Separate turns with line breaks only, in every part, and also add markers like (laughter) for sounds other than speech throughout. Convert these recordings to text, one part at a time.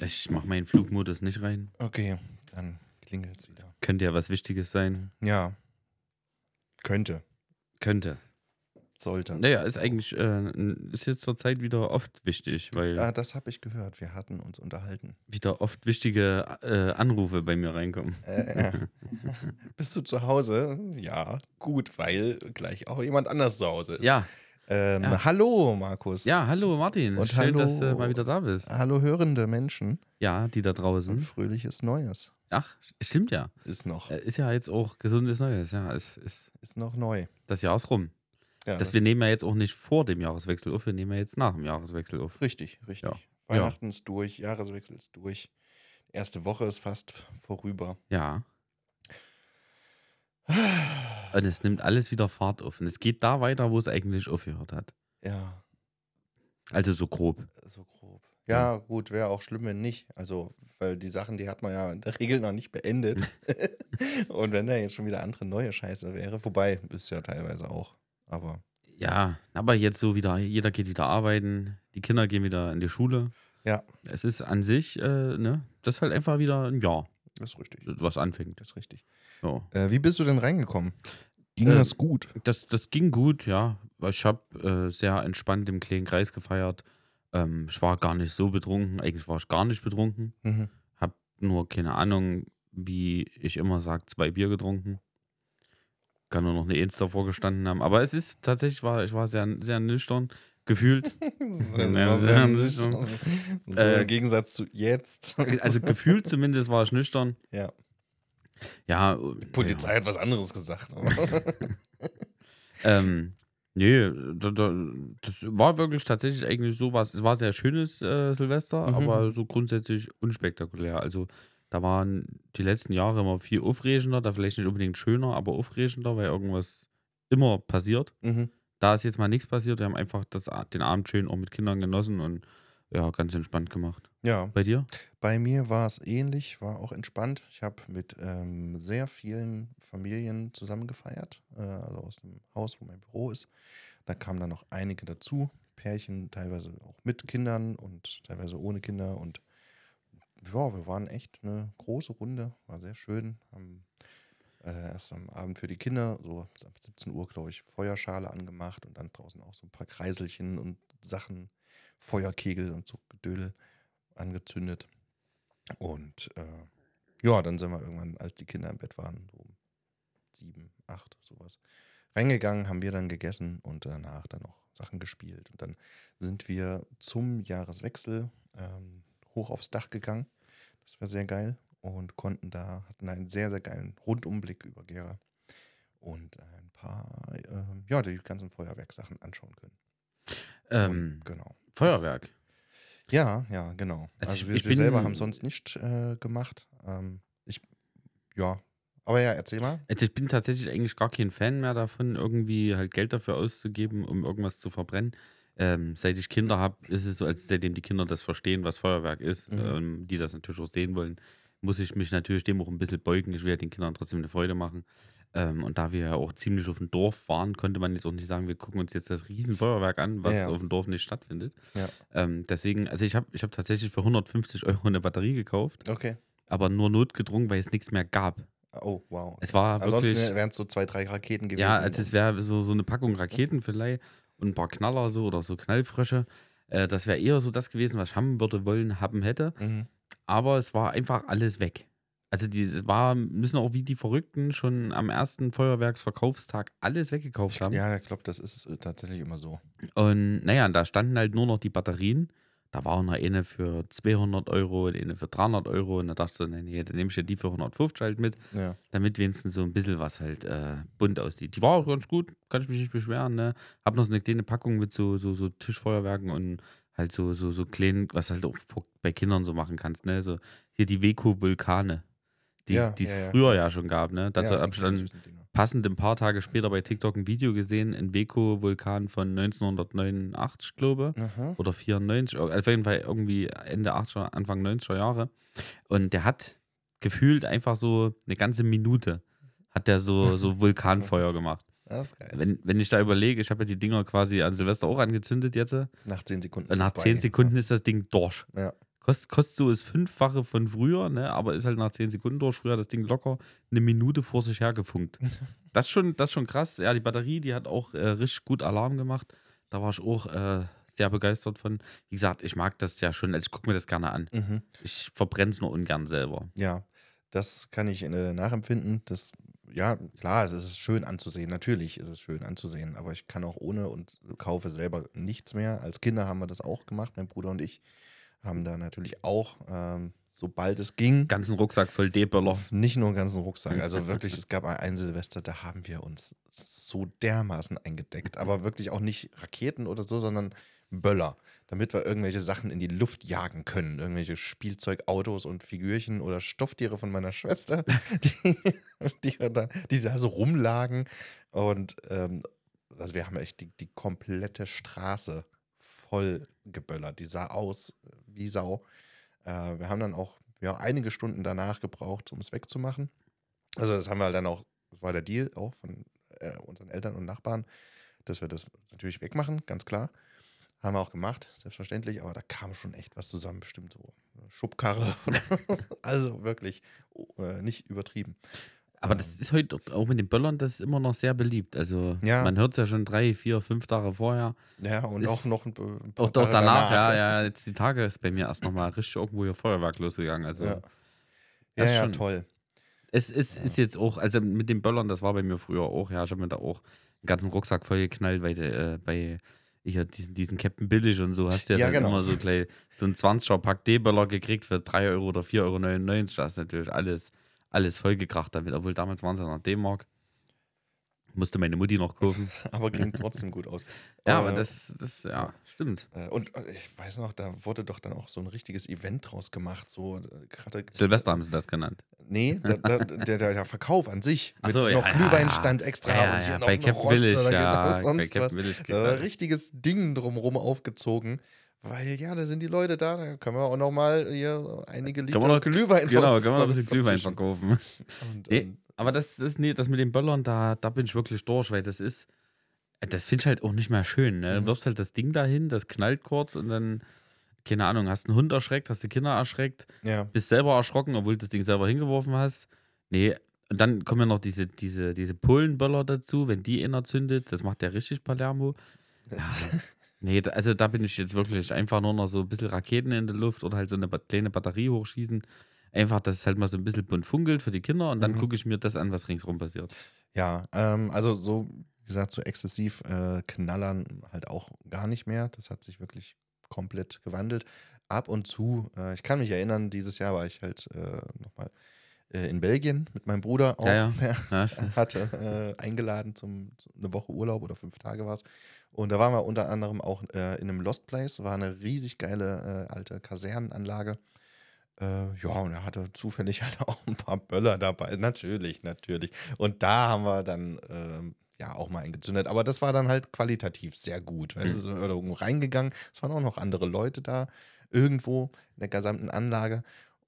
Ich mach meinen Flugmodus nicht rein.
Okay, dann klingelt's wieder.
Könnte ja was Wichtiges sein.
Ja. Könnte.
Könnte.
Sollte.
Naja, ist eigentlich, äh, ist jetzt zur Zeit wieder oft wichtig, weil
Ah, das habe ich gehört. Wir hatten uns unterhalten.
wieder oft wichtige äh, Anrufe bei mir reinkommen.
Äh,
(laughs)
äh. Bist du zu Hause? Ja, gut, weil gleich auch jemand anders zu Hause ist.
Ja,
Ähm,
Ja.
Hallo, Markus.
ja, hallo Martin.
Und
Schön, dass du
hallo.
mal wieder da bist.
Hallo, hörende Menschen.
Ja, die da
Und
draußen.
fröhliches Neues.
Ach, stimmt ja.
Ist noch.
Äh, Ist ja jetzt auch gesundes Neues. Ja, es ist
Ist noch neu.
das Jahr ist rum.
Ja,
das, wir nehmen ja jetzt auch nicht vor dem Jahreswechsel auf, wir nehmen ja jetzt nach dem Jahreswechsel auf.
Richtig, richtig.
ne- Ja.
Weihnachten ist durch, Jahreswechsel ist durch. Erste Woche ist fast vorüber.
Ja. Und es nimmt alles wieder Fahrt auf. Und es geht da weiter, wo es eigentlich aufgehört hat.
Ja,
Also so grob.
so grob. Ja, gut, wäre auch schlimm, wenn nicht. Also, weil die Sachen, die hat man ja in der Regel noch nicht (laughs) beendet. Und wenn da jetzt schon wieder andere neue Scheiße wäre, wobei, ist ja teilweise auch. Aber
Ja, aber jetzt so wieder, jeder geht wieder arbeiten, die Kinder gehen wieder in die Schule.
Ja.
Es ist an sich, äh, ne, das ist halt einfach wieder ein Jahr,
ist richtig.
was anfängt.
Ist richtig.
So.
Äh, wie bist du denn reingekommen? Ging
Äh,
das gut?
Das, das ging gut, ja. Ich habe äh, sehr entspannt im kleinen Kreis gefeiert. Ähm, ich war gar nicht so betrunken, eigentlich war ich gar nicht betrunken.
Mhm.
Hab nur keine Ahnung, wie ich immer sage, zwei Bier getrunken. Kann nur noch eine Eins davor gestanden haben. Aber es ist tatsächlich, war, ich war sehr, sehr nüchtern gefühlt.
Das
(laughs) Ja,
war
das
sehr
haben sie
nicht-
schon.
so
Äh,
im Gegensatz zu
(laughs)
jetzt.
Also gefühlt zumindest war ich nüchtern.
Ja.
Ja.
Polizei hat was
(laughs)
anderes gesagt. (laughs)
Ja. Ähm, nee, da, da, das war wirklich tatsächlich eigentlich sowas. Es war sehr schönes äh, Silvester,
Mhm.
aber so grundsätzlich unspektakulär. Also da waren die letzten Jahre immer viel aufregender, da vielleicht nicht unbedingt schöner, aber aufregender, weil irgendwas immer passiert.
mhm.
da ist jetzt mal nichts passiert. Wir haben einfach das, den Abend schön auch mit Kindern genossen und ja, ganz entspannt gemacht.
Ja,
Bei dir?
bei mir war es ähnlich, war auch entspannt. Ich habe mit ähm, sehr vielen Familien zusammen gefeiert, äh, also aus dem Haus, wo mein Büro ist. Da kamen dann noch einige dazu, Pärchen, teilweise auch mit Kindern und teilweise ohne Kinder. Und ja, wir waren echt eine große Runde, war sehr schön. Haben äh, erst am Abend für die Kinder, so ab 17 Uhr, glaube ich, Feuerschale angemacht und dann draußen auch so ein paar Kreiselchen und Sachen, Feuerkegel und so Gedödel angezündet. Und äh, ja, dann sind wir irgendwann, als die Kinder im Bett waren, so um sieben, acht, sowas, reingegangen, haben wir dann gegessen und danach dann noch Sachen gespielt. Und dann sind wir zum Jahreswechsel ähm, hoch aufs Dach gegangen. Das war sehr geil und konnten da, hatten einen sehr, sehr geilen Rundumblick über Gera und ein paar, ähm, ja, die ganzen Feuerwerkssachen anschauen können.
Ähm,
und, genau.
Feuerwerk.
Ja, ja, genau.
Also
Also,
ich-
wir,
ich
wir selber
bin-
haben sonst nicht äh, gemacht. Ähm, ich, ja, aber ja, erzähl mal.
Also ich bin tatsächlich eigentlich gar kein Fan mehr davon, irgendwie halt Geld dafür auszugeben, um irgendwas zu verbrennen. Ähm, seit ich Kinder habe, ist es so, als seitdem die Kinder das verstehen, was Feuerwerk ist,
Mhm.
ähm, die das natürlich auch sehen wollen, muss ich mich natürlich dem auch ein bisschen beugen. Ich will ja den Kindern trotzdem eine Freude machen. Ähm, und da wir ja auch ziemlich auf dem Dorf waren, konnte man jetzt auch nicht sagen, wir gucken uns jetzt das Riesenfeuerwerk an, was
Ja.
auf dem Dorf nicht stattfindet.
Ja.
Ähm, deswegen, also ich habe ich hab tatsächlich für 150 Euro eine Batterie gekauft,
Okay.
aber nur notgedrungen, weil es nichts mehr gab.
Oh, wow.
Es war
Ansonsten
wirklich.
wären es so zwei, drei Raketen gewesen. ne?
Ja, als es wäre so, so eine Packung Raketen vielleicht und ein paar Knaller so oder so Knallfrösche. Äh, das wäre eher so das gewesen, was ich haben würde, wollen, haben hätte.
Mhm.
Aber es war einfach alles weg. Also die es war, müssen auch wie die Verrückten schon am ersten Feuerwerksverkaufstag alles weggekauft haben.
Ja, ich glaube, das ist äh, tatsächlich immer so.
Und naja, und da standen halt nur noch die Batterien. Da war auch noch eine für 200 Euro und eine für 300 Euro. Und da dachte ich so, nee, nee, dann nehme ich ja die für 150 halt mit
Ja.
damit wenigstens so ein bisschen was halt äh, bunt aussieht. Die war auch ganz gut, kann ich mich nicht beschweren. Ne? Hab noch so eine kleine Packung mit so, so, so Tischfeuerwerken und halt so, so, so kleinen, was halt auch vor- bei Kindern so machen kannst. Ne? So hier die Weko-Vulkane, die
Ja,
die es
ja, ja.
früher ja schon gab. Ne? Dazu
ja,
hab
die
ich dann
kleinen süßen Dinger.
passend ein paar Tage später bei TikTok ein Video gesehen, ein Weko-Vulkan von 1989, glaube
Aha.
oder 94, also auf jeden Fall irgendwie Ende 80er, Anfang 90er Jahre. Und der hat gefühlt einfach so eine ganze Minute hat der so, so Vulkanfeuer gemacht.
Das ist geil.
Wenn, wenn ich da überlege, ich habe ja die Dinger quasi an Silvester auch angezündet jetzt.
Nach zehn Sekunden.
Nach
vorbei.
10 Sekunden ist das Ding durch.
Ja.
Kost, kostet so das Fünffache von früher, ne? aber ist halt nach 10 Sekunden durch. Früher hat das Ding locker eine Minute vor sich hergefunkt.
(laughs)
Das ist schon, das ist schon krass. Ja, die Batterie, die hat auch äh, richtig gut Alarm gemacht. Da war ich auch äh, sehr begeistert von. Wie gesagt, ich mag das ja schon. Also ich gucke mir das gerne an.
Mhm.
Ich verbrenne es nur ungern selber.
Ja, das kann ich äh, nachempfinden. Das, ja, klar, es ist schön anzusehen. Natürlich ist es schön anzusehen, aber ich kann auch ohne und kaufe selber nichts mehr. Als Kinder haben wir das auch gemacht. Mein Bruder und ich haben da natürlich auch, ähm, sobald es ging,
Ganzen Rucksack voll D-Böller.
nicht nur einen ganzen Rucksack. Also wirklich, es gab ein Silvester, da haben wir uns so dermaßen eingedeckt. Aber wirklich auch nicht Raketen oder so, sondern Böller, damit wir irgendwelche Sachen in die Luft jagen können. Irgendwelche Spielzeugautos und Figürchen oder Stofftiere von meiner Schwester, (laughs) die, die, wir dann, die da so rumlagen. Und ähm, also wir haben echt die, die komplette Straße voll geböllert. Die sah aus wie Sau. Äh, wir haben dann auch ja, einige Stunden danach gebraucht, um es wegzumachen. Also das haben wir dann auch, das war der Deal auch von äh, unseren Eltern und Nachbarn, dass wir das natürlich wegmachen, ganz klar. Haben wir auch gemacht, selbstverständlich, aber da kam schon echt was zusammen, bestimmt so eine Schubkarre. (laughs) oder was. also wirklich oh, äh, nicht übertrieben.
Aber
Ähm,
das ist heute auch mit den Böllern, das ist immer noch sehr beliebt. Also
Ja.
man hört es ja schon drei, vier, fünf Tage vorher.
Ja, und
ist-
auch noch ein, äh, ein paar
Auch doch
Tage
danach, ja, ja, jetzt die Tage ist bei mir erst nochmal richtig irgendwo hier Feuerwerk losgegangen. Also
Ja, ja,
Das
ja
schon.
toll. (laughs)
es, es ist jetzt auch, also mit den Böllern, das war bei mir früher auch, ja, ich habe mir da auch einen ganzen Rucksack vollgeknallt, weil der, äh, bei ich hab diesen, diesen Captain Billig und so hast du ja,
Ja,
dann
genau.
immer so gleich so einen 20er Pack D-Böller gekriegt für 3 Euro oder 4,99 Euro. Das ist natürlich alles, alles vollgekracht damit, obwohl damals waren es ja noch D-Mark. Musste meine Mutti noch kaufen.
Aber ging trotzdem gut aus.
(laughs) Ja, aber
Äh,
das, das ja, stimmt.
Äh, Und äh, ich weiß noch, da wurde doch dann auch so ein richtiges Event draus gemacht. So äh, gerade.
Silvester haben sie das genannt.
Nee,
(laughs)
da, da, der, der, der Verkauf an sich.
Ach
Mit
so, ja,
noch
ja,
Glühweinstand extra
Ja,
und
ja,
hier
ja,
noch
bei
ein
Captain
Rost
Village,
oder
ja,
was
bei
sonst
Captain
was.
Village geht
Da war ein
das.
richtiges Ding drumherum aufgezogen. Weil ja, da sind die Leute da, da können wir auch noch mal hier einige Liter
Kann man noch-
Glühwein
Genau,
ver-
kann man noch ein
ver-
bisschen Glühwein
verzischen.
verkaufen.
Und, ähm,
Nee,
und,
(laughs) aber das ist, nee, das mit den Böllern, da, da bin ich wirklich durch, weil das ist, das finde ich halt auch nicht mehr schön. Ne? Du
Mhm.
wirfst halt das Ding dahin, das knallt kurz und dann, keine Ahnung, hast einen Hund erschreckt, hast die Kinder erschreckt,
ja,
bist selber erschrocken, obwohl du das Ding selber hingeworfen hast. Nee, und dann kommen ja noch diese, diese, diese Polenböller dazu, wenn die einer zündet, das macht der richtig
(laughs)
Palermo. Nee, da- also da bin ich jetzt wirklich einfach nur noch so ein bisschen Raketen in der Luft oder halt so eine ba- kleine Batterie hochschießen. Einfach, dass es halt mal so ein bisschen bunt funkelt für die Kinder und dann
Mhm.
gucke ich mir das an, was ringsrum
(laughs)
passiert.
Ja, ähm, also so, wie gesagt, so exzessiv äh, knallern halt auch gar nicht mehr. Das hat sich wirklich komplett gewandelt. Ab und zu, äh, ich kann mich erinnern, dieses Jahr war ich halt äh, nochmal äh, in Belgien mit meinem Bruder auch. (laughs)
Ja, Ja,
Er hatte äh, eingeladen zum, zu- eine Woche Urlaub oder fünf Tage war es. Und da waren wir unter anderem auch äh, in einem Lost Place, war eine riesig geile äh, alte Kasernenanlage. Äh, ja, und er hatte zufällig halt (laughs) auch ein paar Böller dabei. Natürlich, natürlich. Und da haben wir dann ähm, ja auch mal eingezündet. Aber das war dann halt qualitativ sehr gut. Weißt du, so irgendwo reingegangen. Es waren auch noch andere Leute da, irgendwo in der gesamten Anlage.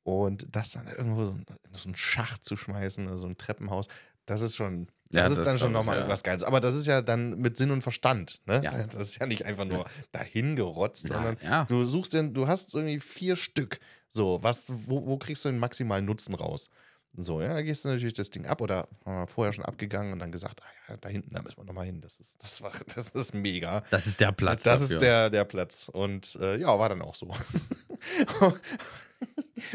Und das dann irgendwo so, in so einen Schacht zu schmeißen, also so ein Treppenhaus, das ist schon,
Ja,
das ist
das
dann schon
glaub ich,
nochmal
ja.
was Geiles. Aber das ist ja dann mit Sinn und Verstand. Ne?
Ja.
(laughs) Das ist ja nicht einfach nur dahin gerotzt, sondern
ja.
Du suchst denn, du hast irgendwie vier Stück. So, was, wo, wo kriegst du den maximalen Nutzen raus? So, ja, da gehst du natürlich das Ding ab oder haben wir vorher schon abgegangen und dann gesagt, ah, ja, da hinten, da müssen wir nochmal hin. Das ist, das war, (laughs) das ist mega.
Das ist der Platz.
das
dafür.
ist der, der Platz. Und äh, ja, war dann auch so. (laughs)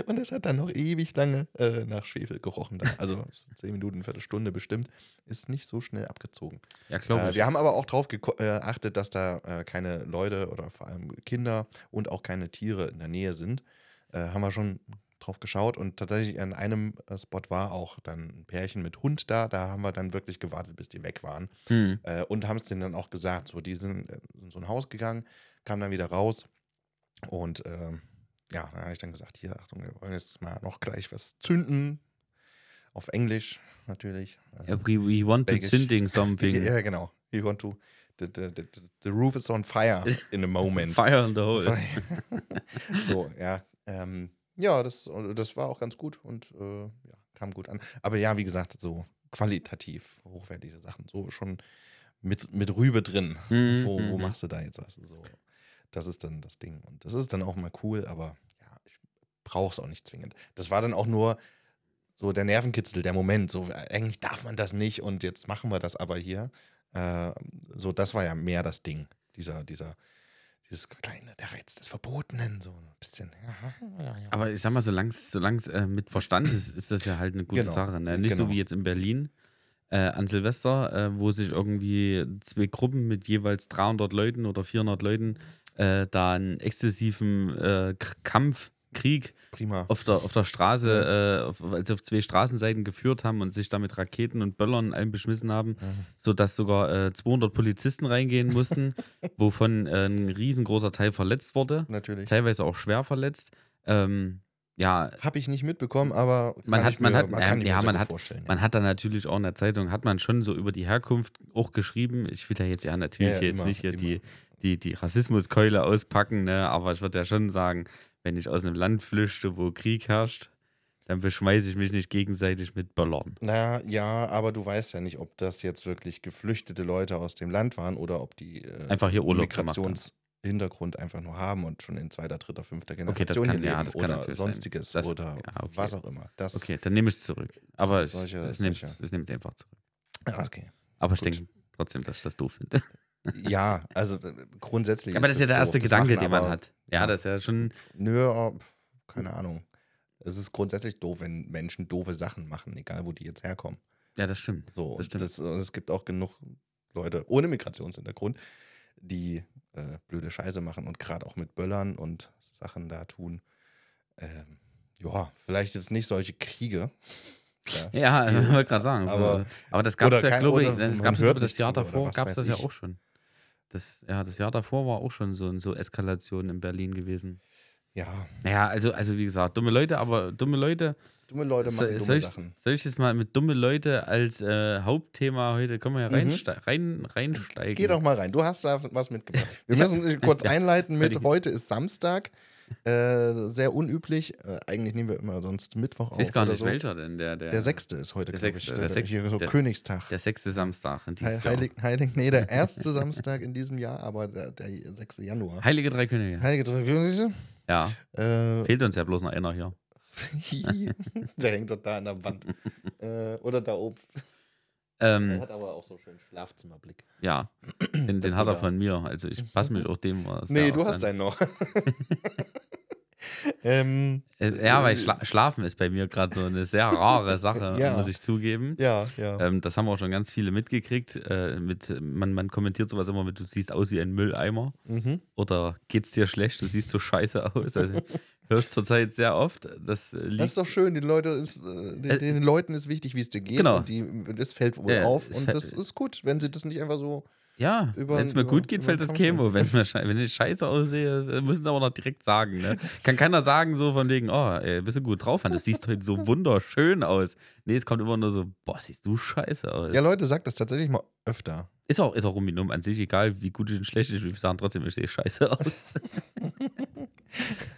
und das hat dann noch ewig lange äh, nach Schwefel gerochen. Dann. Also zehn Minuten, Viertelstunde bestimmt. Ist nicht so schnell abgezogen.
Ja, glaube
Äh,
ich.
wir haben aber auch darauf geachtet, dass da äh, keine Leute oder vor allem Kinder und auch keine Tiere in der Nähe sind. Äh, haben wir schon drauf geschaut und tatsächlich an einem äh, Spot war auch dann ein Pärchen mit Hund da. Da haben wir dann wirklich gewartet, bis die weg waren
Hm.
äh, und haben es denen dann auch gesagt. So, die sind äh, in so ein Haus gegangen, kamen dann wieder raus und ähm, ja, dann habe ich dann gesagt, hier, Achtung, wir wollen jetzt mal noch gleich was zünden. Auf Englisch natürlich. Äh,
We, we want to
Belgisch.
zünding something.
(laughs) ja, genau. You want to. The, the, the, the roof is on fire in
(laughs)
a moment.
Fire in the hole.
(laughs) so, ja. Ähm, ja, das, das war auch ganz gut und äh, ja, kam gut an. Aber ja, wie gesagt, so qualitativ hochwertige Sachen, so schon mit, mit Rübe drin.
Mhm,
Wo, wo
mhm.
machst du da jetzt was? So, das ist dann das Ding. Und das ist dann auch mal cool, aber ja, ich brauche es auch nicht zwingend. Das war dann auch nur so der Nervenkitzel, der Moment. So, eigentlich darf man das nicht und jetzt machen wir das aber hier. Äh, so, das war ja mehr das Ding, dieser, dieser, dieses kleine, der Reiz des Verbotenen, so ein bisschen. (laughs)
Aber ich sag mal, solange es äh, mit Verstand ist, ist das ja halt eine gute
Genau,
Sache. Ne? Nicht so
genau.
wie jetzt in Berlin äh, an Silvester, äh, wo sich irgendwie zwei Gruppen mit jeweils 300 Leuten oder 400 Leuten äh, da einen exzessiven äh, K- Kampf, Krieg
Prima.
auf der, auf der Straße, äh, auf, also auf zwei Straßenseiten geführt haben und sich da mit Raketen und Böllern und allem beschmissen haben, sodass sogar äh, 200 Polizisten reingehen
(laughs)
mussten, wovon äh, ein riesengroßer Teil verletzt wurde
Natürlich.
teilweise auch schwer verletzt. Ähm, ja,
Habe ich nicht mitbekommen, aber kann
Man hat-
ich
man
mir,
hat-
man
ja,
kann ich mir
ja,
sehr
man
gut
hat-
vorstellen. ja.
man hat da natürlich auch in der Zeitung, hat man schon so über die Herkunft auch geschrieben. Ich will da jetzt ja natürlich
Ja, ja,
jetzt
immer,
nicht hier
immer.
die, die, die Rassismuskeule auspacken, ne? aber ich würde ja schon sagen, wenn ich aus einem Land flüchte, wo Krieg herrscht, dann beschmeiße ich mich nicht gegenseitig mit Böllern.
Na ja, aber du weißt ja nicht, ob das jetzt wirklich geflüchtete Leute aus dem Land waren oder ob die äh,
Einfach hier Urlaub gemacht. haben.
Migrationshintergrund einfach nur haben und schon in zweiter, dritter, fünfter
Okay, das
Generation
kann-
hier
ja,
leben
das kann
oder
natürlich sein.
sonstiges
Das-
oder
ja, okay.
was auch immer. Das, (laughs)
Okay, dann nehme ich es zurück. Aber ich-
Solche-
ich nehme es
solche-
ich nehme es einfach zurück.
Ah,
(laughs)
okay.
Aber ich
Gut.
denke trotzdem, dass ich das doof finde.
Ja, also äh, grundsätzlich.
Aber das ist ja der
doof,
erste
das
Gedanke,
machen
den man
aber-
hat. Ja,
ja.
das ist ja schon.
Nö, oh, pf, keine Ahnung. Es ist grundsätzlich doof, wenn Menschen doofe Sachen machen, egal wo die jetzt herkommen.
Ja, das stimmt.
So,
Das
und
stimmt.
das, und es gibt auch genug Leute ohne Migrationshintergrund, die äh, blöde Scheiße machen und gerade auch mit Böllern und Sachen da tun. Ähm, ja, vielleicht jetzt nicht solche Kriege.
Ja, (laughs)
spielen.
ich wollte gerade sagen.
Aber-
Aber, aber das gab es
oder
ja,
kein-
glaube ich,
oder
das
man
gab's
hört
aber das
nicht
Jahr
drüber oder
davor
was
gab es
weiß
das ja
ich.
auch schon. Das, ja, das Jahr davor war auch schon so, so Eskalation in Berlin gewesen.
ja,
Naja, also, also wie gesagt, dumme Leute, aber dumme Leute,
dumme Leute machen
so,
dumme
soll, ich,
Sachen.
soll ich jetzt mal mit dumme Leute als äh, Hauptthema heute, können wir ja
Mhm.
reinste rein, reinsteigen.
Geh doch mal rein. Du hast da was mitgebracht.
(laughs)
Wir
Ich hab-
müssen dich kurz
Ja,
einleiten mit
völlig-
heute ist Samstag. Äh, sehr unüblich. Äh, eigentlich nehmen wir immer sonst Mittwoch
Ich
auf.
weiß gar
oder
nicht,
so.
welcher denn der, der,
Der sechste ist heute,
Der
glaub
sechste,
ich.
der sechste,
Hier so
der-
Königstag.
der sechste Samstag in
Heil,
dieses
Heilig,
Jahr.
Heilig,
(laughs)
nee, der erste Samstag in diesem Jahr, aber der, der 6. Januar.
Heilige Drei Könige.
Heilige Drei Könige.
Ja,
Äh,
fehlt uns ja bloß noch einer hier.
(laughs) der hängt doch da an
(laughs)
der Wand. äh, oder da oben.
Ähm,
aber auch so einen schönen Schlafzimmerblick.
ja, den, den hat er
Bruder.
von mir. Also ich passe mich auch dem. was
Genau. Mhm. Nee,
der
du
auch
hast
dann- (laughs)
einen noch. (laughs) ähm,
Äh, Ja, weil schla Schlafen ist bei mir gerade so eine sehr rare Sache,
(laughs) Ja.
muss ich zugeben.
ja, ja.
Ähm, das haben auch schon ganz viele mitgekriegt. Äh, mit, man, man kommentiert sowas immer mit, du siehst aus wie ein Mülleimer
Mhm.
oder geht's dir schlecht, du siehst so scheiße aus. Also, höre ich zurzeit sehr oft. Das äh, liegt
Das ist doch schön, den, Leute ist, äh, den,
Äh,
den Leuten ist wichtig, wie es dir geht.
genau.
Und die, das fällt wohl
Ja,
auf
es
und
fällt-
das ist gut, wenn sie das nicht einfach so.
Ja,
Über-
wenn es mir
über-
gut geht,
über
fällt das
den Kampf
Chemo. Wenn, mir schei- wenn ich scheiße aussehe, das müssen sie aber noch direkt sagen. Ne? Kann keiner sagen, so von wegen, oh, ey, bist du gut drauf, Mann, du siehst heute so wunderschön aus. Nee, es kommt immer nur so, boah, siehst du scheiße aus.
Ja, Leute, sagt das tatsächlich mal öfter.
Ist auch, ist auch Ruminum an sich, egal wie gut und schlecht ich, wir sagen trotzdem, ich sehe scheiße
(laughs)
aus.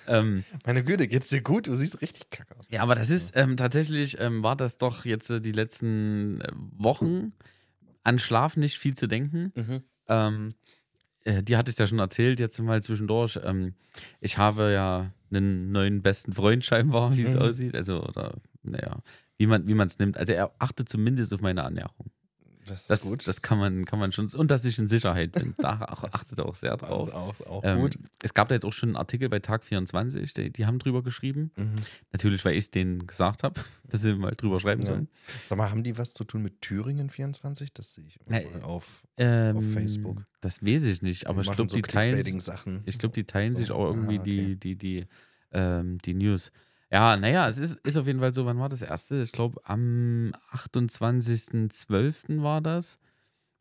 ähm,
Meine Güte, geht's dir gut? Du siehst richtig kacke aus.
ja, aber das ist ähm, tatsächlich, ähm, war das doch jetzt äh, die letzten äh, Wochen an Schlaf nicht viel zu denken.
Mhm.
Ähm, äh, die hatte ich ja schon erzählt, jetzt mal zwischendurch. Ähm, ich habe ja einen neuen besten Freund scheinbar, wie es
Mhm.
aussieht. Also, oder, naja, wie man wie man es nimmt. Also, er achtet zumindest auf meine Ernährung.
Das ist
Das,
gut.
das kann man, kann man schon. Und dass ich in Sicherheit bin. Da ach- achtet er auch sehr
(laughs) Das
drauf.
ist auch, auch
Ähm,
gut.
Es gab da jetzt auch schon einen Artikel bei Tag 24, die, die haben drüber geschrieben.
Mhm.
Natürlich, weil ich es denen gesagt habe, (laughs) dass sie mal drüber schreiben
Ja.
sollen.
Sag mal, haben die was zu tun mit Thüringen 24? Das sehe ich
Na,
irgendwo auf.
Ähm,
Facebook.
Das weiß ich nicht, aber ich
machen
glaube,
so
die teilen
Clickbaiting-Sachen.
Ich glaube, die teilen sich
So,
auch irgendwie
ah, okay.
die, die, die, ähm, die News. Ja, naja, es ist, ist auf jeden Fall so, wann war das erste? Ich glaube, am 28.12. war das.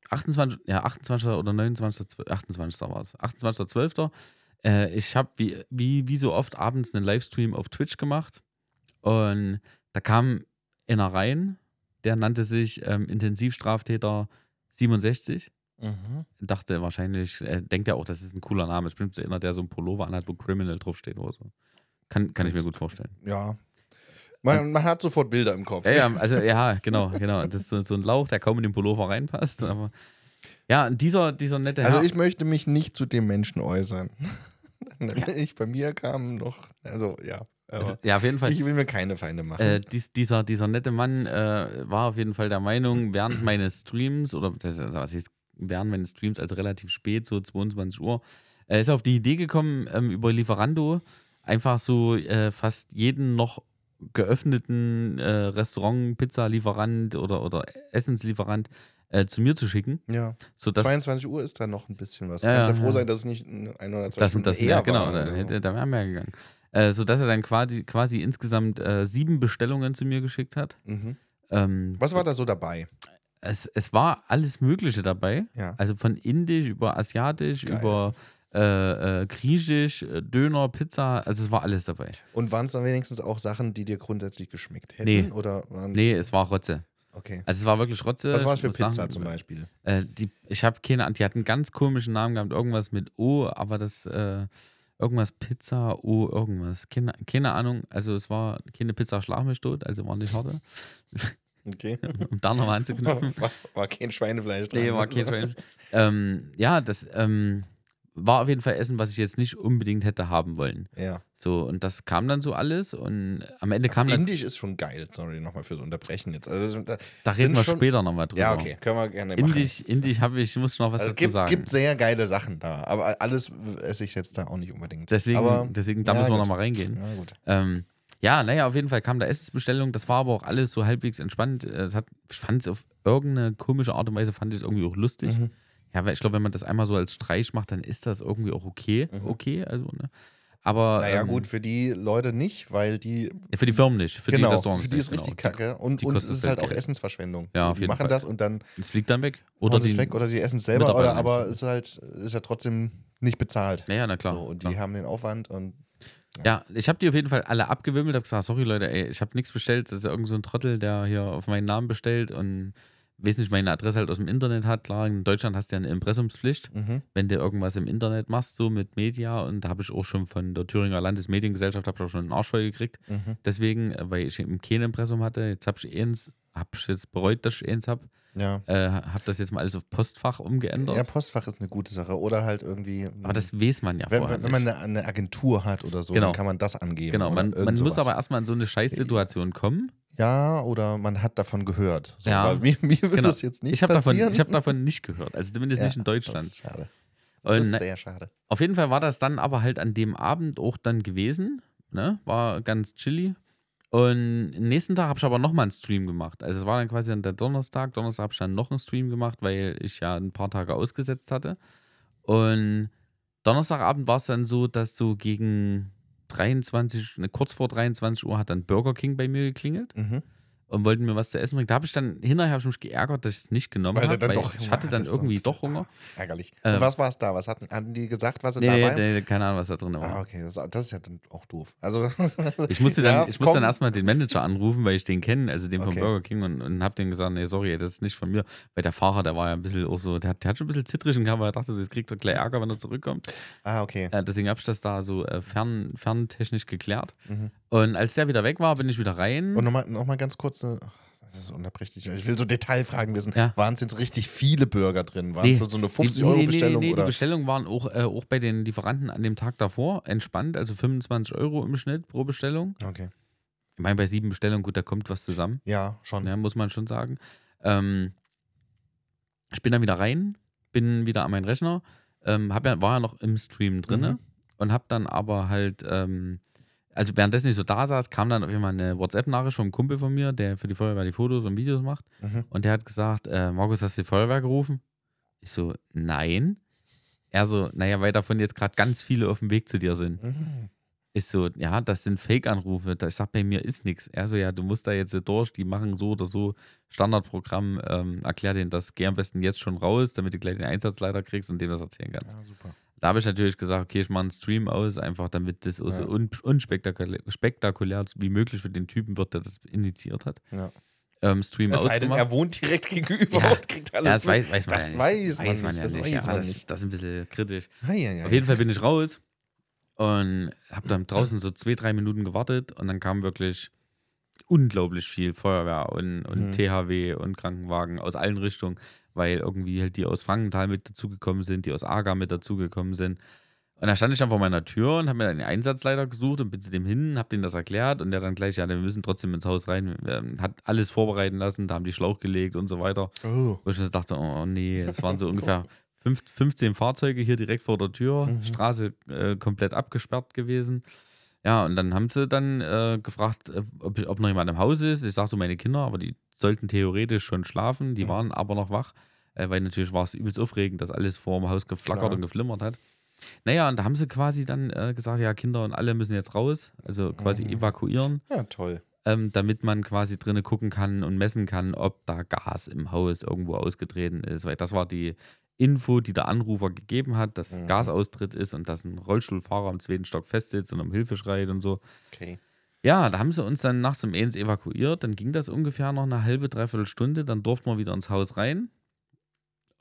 28, ja, 28. oder 29. 28. war es. 28.12. Äh, ich habe wie, wie, wie so oft abends einen Livestream auf Twitch gemacht und da kam einer rein, der nannte sich ähm, Intensivstraftäter 67
Mhm.
dachte wahrscheinlich, äh, denkt ja auch, das ist ein cooler Name. Ist bestimmt so einer, der so einen Pullover anhat, wo Criminal draufsteht oder so. Kann, kann ich mir gut vorstellen.
Ja. Man, man hat sofort Bilder im Kopf.
Ja, ja, also ja, genau, genau. Das ist so, so ein Lauch, der kaum in den Pullover reinpasst. Aber ja, und dieser, dieser nette Herr.
(laughs) Also ich
(laughs)
möchte mich nicht zu dem Menschen äußern. ich bei mir kam noch, also ja.
Also,
Aber
ja, auf jeden Fall.
ich will mir keine Feinde machen.
Äh, dies, dieser, dieser nette Mann äh, war auf jeden Fall der Meinung, während meines Streams, oder das- das- was heißt, während meines Streams, also relativ spät, so 22 Uhr, äh, ist er auf die Idee gekommen, ähm, über Lieferando einfach so äh, fast jeden noch geöffneten äh, Restaurant, Pizza-Lieferant oder, oder Essenslieferant äh, zu mir zu schicken,
ja,
sodass
22 Uhr ist da noch ein bisschen was.
Ja,
Kannst ja,
ja,
froh
ja.
sein, dass es nicht ein oder zwei
das und
Stunden
das,
eher
ja, genau,
waren
da,
oder so.
hätte- da wären wir ja gegangen. Äh, sodass er dann quasi, quasi insgesamt äh, sieben Bestellungen zu mir geschickt hat.
mhm.
Ähm,
Was war da so dabei?
es, es war alles Mögliche dabei.
Ja.
Also von Indisch über Asiatisch,
Geil.
über äh, äh, Griechisch, äh, Döner, Pizza, also es war alles dabei.
Und waren es dann wenigstens auch Sachen, die dir grundsätzlich geschmeckt hätten?
Nee.
Oder waren's-
Nee, es war Rotze.
Okay.
Also es war wirklich Rotze.
Was war es
ich
für
muss
Pizza
sagen,
zum Beispiel?
Äh, die, ich habe keine Ahnung, die hatten einen ganz komischen Namen gehabt, irgendwas mit O, aber das äh, irgendwas Pizza, O, irgendwas. Keine, keine Ahnung, also es war keine Pizza Schlafmisch tot, also war nicht harte, (laughs)
Okay. (laughs)
um da nochmal anzuknüpfen.
war, war kein Schweinefleisch dran.
Nee, war
(laughs)
kein French. ähm, ja, das ähm, war auf jeden Fall Essen, was ich jetzt nicht unbedingt hätte haben wollen.
Ja.
So, und das kam dann so alles und am Ende kam dann,
Indisch ist schon geil. Sorry nochmal fürs Unterbrechen jetzt. Also, das- da,
da reden
sind
wir
schon-
später nochmal drüber.
ja, okay. Können wir gerne machen.
Indisch, Indisch habe ich, ich muss noch was
Also
dazu
gibt,
sagen.
gibt sehr geile Sachen da, aber alles esse ich jetzt da auch nicht unbedingt.
deswegen,
aber,
deswegen, da
ja,
müssen wir
gut.
nochmal reingehen.
Na gut.
Ähm, ja, naja, auf jeden Fall kam da Essensbestellung. Das war aber auch alles so halbwegs entspannt. Äh, Es hat, ich fand es auf irgendeine komische Art und Weise, fand ich es irgendwie auch lustig.
Mhm.
Ja, weil ich glaube, wenn man das einmal so als Streich macht, dann ist das irgendwie auch okay.
Mhm.
Okay, also, ne? Aber.
Naja,
ähm,
gut, für die Leute nicht, weil die.
Für die Firmen nicht, für
genau,
die Restaurants.
für die
nicht,
ist richtig
genau.
kacke. Und,
die
und es
kostet
ist halt auch
Geld.
Essensverschwendung.
Ja, auf
die
jeden
machen
Fall.
das und dann
Das fliegt dann weg. Oder
hauen sie
die.
es weg oder die essen es selber. Oder,
Mitarbeiter
aber
nehmen
es ist halt, ist ja trotzdem nicht bezahlt.
Naja, na klar.
so, und
klar.
die haben den Aufwand und
Ja, ich habe die auf jeden Fall alle abgewimmelt, habe gesagt, sorry Leute, ey, ich habe nichts bestellt, das ist ja irgend so ein Trottel, der hier auf meinen Namen bestellt und weiß nicht, meine Adresse halt aus dem Internet hat. Klar, in Deutschland hast du ja eine Impressumspflicht,
mhm.
wenn du irgendwas im Internet machst, so mit Media und da habe ich auch schon von der Thüringer Landesmediengesellschaft, habe ich auch schon einen Arsch voll gekriegt.
Mhm.
Deswegen, äh, weil ich eben kein Impressum hatte, jetzt habe ich eins, habe ich jetzt bereut, dass ich eins habe,
ja.
äh, habe das jetzt mal alles auf Postfach umgeändert.
Ja, Postfach ist eine gute Sache. Oder halt irgendwie.
Aber das weiß man ja
wenn,
vorher
wenn, wenn man
nicht.
eine, eine Agentur hat oder so,
Genau.
dann kann man das angeben.
Genau,
oder
man, man
irgend
muss
sowas. Äh,
aber erstmal in so eine Scheißsituation kommen.
Ja, oder man hat davon gehört. So,
Ja.
weil mir, mir wird
Genau.
das jetzt nicht
ich habe davon,
passieren.
ich hab davon nicht gehört, also zumindest
Ja,
nicht in
Das
Deutschland.
ist schade. Das
Und ne-
ist sehr schade.
auf jeden Fall war das dann aber halt an dem Abend auch dann gewesen, ne? war ganz chilly. Und am nächsten Tag habe ich aber nochmal einen Stream gemacht. Also es war dann quasi dann der Donnerstag. Donnerstag habe ich dann noch einen Stream gemacht, weil ich ja ein paar Tage ausgesetzt hatte. Und Donnerstagabend war es dann so, dass so gegen 23, ne, kurz vor 23 Uhr hat dann Burger King bei mir geklingelt
Mhm.
und wollten mir was zu essen bringen. Da habe ich dann hinterher hab ich mich geärgert, dass ich es nicht genommen
Weil, du
habe.
dann
weil
doch
ich
Hunger
hatte dann
hattest, so ein
irgendwie
bisschen.
doch Hunger.
Ah, (laughs) ärgerlich.
Ähm,
Und was war es da? Was hatten, hatten die gesagt, was
Nee,
dabei
nee, keine Ahnung, was da drin war.
Ah, okay, das, das ist ja dann auch doof. Also, (laughs)
Ich musste dann,
ja,
ich musste
komm.
dann erstmal den Manager anrufen, weil ich den kenne, also den vom
Okay.
Burger King, und, und hab den gesagt, nee, sorry, das ist nicht von mir. Weil der Fahrer, der war ja ein bisschen auch so, der hat, der hat schon ein bisschen zittrigen gehabt, weil er dachte, so, jetzt kriegt er gleich Ärger, wenn er zurückkommt.
Ah, okay.
Äh, deswegen hab ich das da so äh, fern, ferntechnisch geklärt.
Mhm.
Und als der wieder weg war, bin ich wieder rein.
Und nochmal noch mal ganz kurz, äh, das ist unterbrechlich. Ich will so Detailfragen wissen.
Ja.
Waren es jetzt richtig viele Burger drin? Waren es
Nee.
so
Die- nee,
eine
nee,
50-Euro-Bestellung?
Nee, nee, die
oder?
Bestellungen waren auch, äh, auch bei den Lieferanten an dem Tag davor entspannt, also 25 Euro im Schnitt pro Bestellung.
Okay.
Ich meine, bei sieben Bestellungen, gut, da kommt was zusammen.
Ja, schon.
Ja, muss man schon sagen. Ähm, ich bin dann wieder rein, bin wieder an meinen Rechner, ähm, hab ja, war ja noch im Stream drinne
Mhm.
und hab dann aber halt, ähm, also währenddessen ich so da saß, kam dann auf jeden Fall eine WhatsApp-Nachricht vom Kumpel von mir, der für die Feuerwehr die Fotos und Videos macht
Mhm.
und der hat gesagt, äh, Markus, hast du die Feuerwehr gerufen? Ich so, nein. Er so, naja, weil davon jetzt gerade ganz viele auf dem Weg zu dir sind.
Mhm.
Ich so, ja, das sind Fake-Anrufe. Da- Ich sag, bei mir ist nichts. Er so, ja, du musst da jetzt durch, die machen so oder so Standardprogramm, ähm, erklär denen das, geh am besten jetzt schon raus, damit du gleich den Einsatzleiter kriegst und dem das erzählen kannst.
Ja, super.
Da habe ich natürlich gesagt, okay, ich mache einen Stream aus, einfach damit das so
Ja.
un unspektakulär spektakulär wie möglich für den Typen wird, der das initiiert hat.
Ja.
Ähm, Stream
Es sei denn,
ausgemacht.
er wohnt direkt gegenüber
Ja.
und kriegt alles
ja, das
mit.
weiß, weiß man
das
ja
weiß
nicht.
man
Weiß man
nicht,
ja
das
nicht.
weiß
ja,
man
das,
nicht.
das ist ein bisschen kritisch.
Eieiei.
Auf jeden Fall bin ich raus und habe dann draußen so zwei, drei Minuten gewartet und dann kam wirklich unglaublich viel Feuerwehr und, und
Mhm.
THW und Krankenwagen aus allen Richtungen, weil irgendwie halt die aus Frankenthal mit dazugekommen sind, die aus Aga mit dazugekommen sind. Und da stand ich dann vor meiner Tür und habe mir dann den Einsatzleiter gesucht und bin zu dem hin, habe denen das erklärt und der dann gleich, ja, wir müssen trotzdem ins Haus rein, ähm, hat alles vorbereiten lassen, da haben die Schlauch gelegt und so weiter.
Oh.
Wo ich mir so dachte, oh
(laughs)
nee, es waren so ungefähr fünf, 15 Fahrzeuge hier direkt vor der Tür,
Mhm.
Straße äh, komplett abgesperrt gewesen. Ja, und dann haben sie dann äh, gefragt, äh, ob, ich- ob noch jemand im Haus ist. Ich sag so, meine Kinder, aber die sollten theoretisch schon schlafen, die
Mhm.
waren aber noch wach, äh, weil natürlich war es übelst aufregend, dass alles vor dem Haus geflackert
Klar.
und geflimmert hat. Naja, und da haben sie quasi dann äh, gesagt, ja, Kinder und alle müssen jetzt raus, also quasi
Mhm.
evakuieren
Ja, toll.
ähm, damit man quasi drinnen gucken kann und messen kann, ob da Gas im Haus irgendwo ausgetreten ist. Weil das war die Info, die der Anrufer gegeben hat, dass
Mhm.
Gasaustritt ist und dass ein Rollstuhlfahrer im zweiten Stock festsitzt und um Hilfe schreit und so.
Okay.
Ja, da haben sie uns dann nachts um eins evakuiert. Dann ging das ungefähr noch eine halbe, dreiviertel Stunde. Dann durften wir wieder ins Haus rein.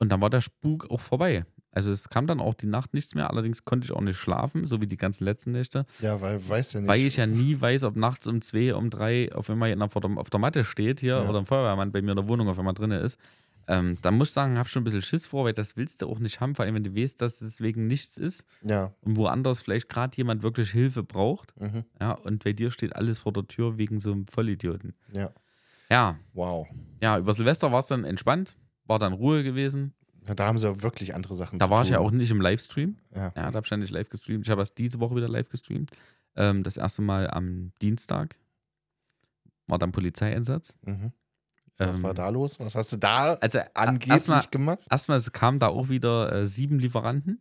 Und dann war der Spuk auch vorbei. Also es kam dann auch die Nacht nichts mehr. Allerdings konnte ich auch nicht schlafen, so wie die ganzen letzten Nächte.
Ja, weil weiß ja nicht.
Weil ich
(laughs)
ja nie weiß, ob nachts um zwei, um drei, auf wenn man jemand vor der, auf der Matte steht hier
Ja.
oder ein Feuerwehrmann bei mir in der Wohnung, auf wenn man drin ist. Ähm, da muss ich sagen, habe schon ein bisschen Schiss vor, weil das willst du auch nicht haben, vor allem wenn du weißt, dass es wegen nichts ist
ja.
und woanders vielleicht gerade jemand wirklich Hilfe braucht.
Mhm.
Ja, und bei dir steht alles vor der Tür wegen so einem Vollidioten.
ja.
Ja,
Wow.
ja, über Silvester war es dann entspannt, war dann Ruhe gewesen.
Ja, da haben sie ja wirklich andere Sachen
Da
zu
war
tun.
ich ja auch nicht im Livestream.
Ja.
Ja, da habe ich dann nicht live gestreamt. Ich habe erst diese Woche wieder live gestreamt. Ähm, das erste Mal am Dienstag. War dann Polizeieinsatz.
Mhm. Was
Ähm,
war da los? Was hast du da
Also
angeblich
erstmal,
gemacht?
erstmal es kamen da auch wieder äh, sieben Lieferanten.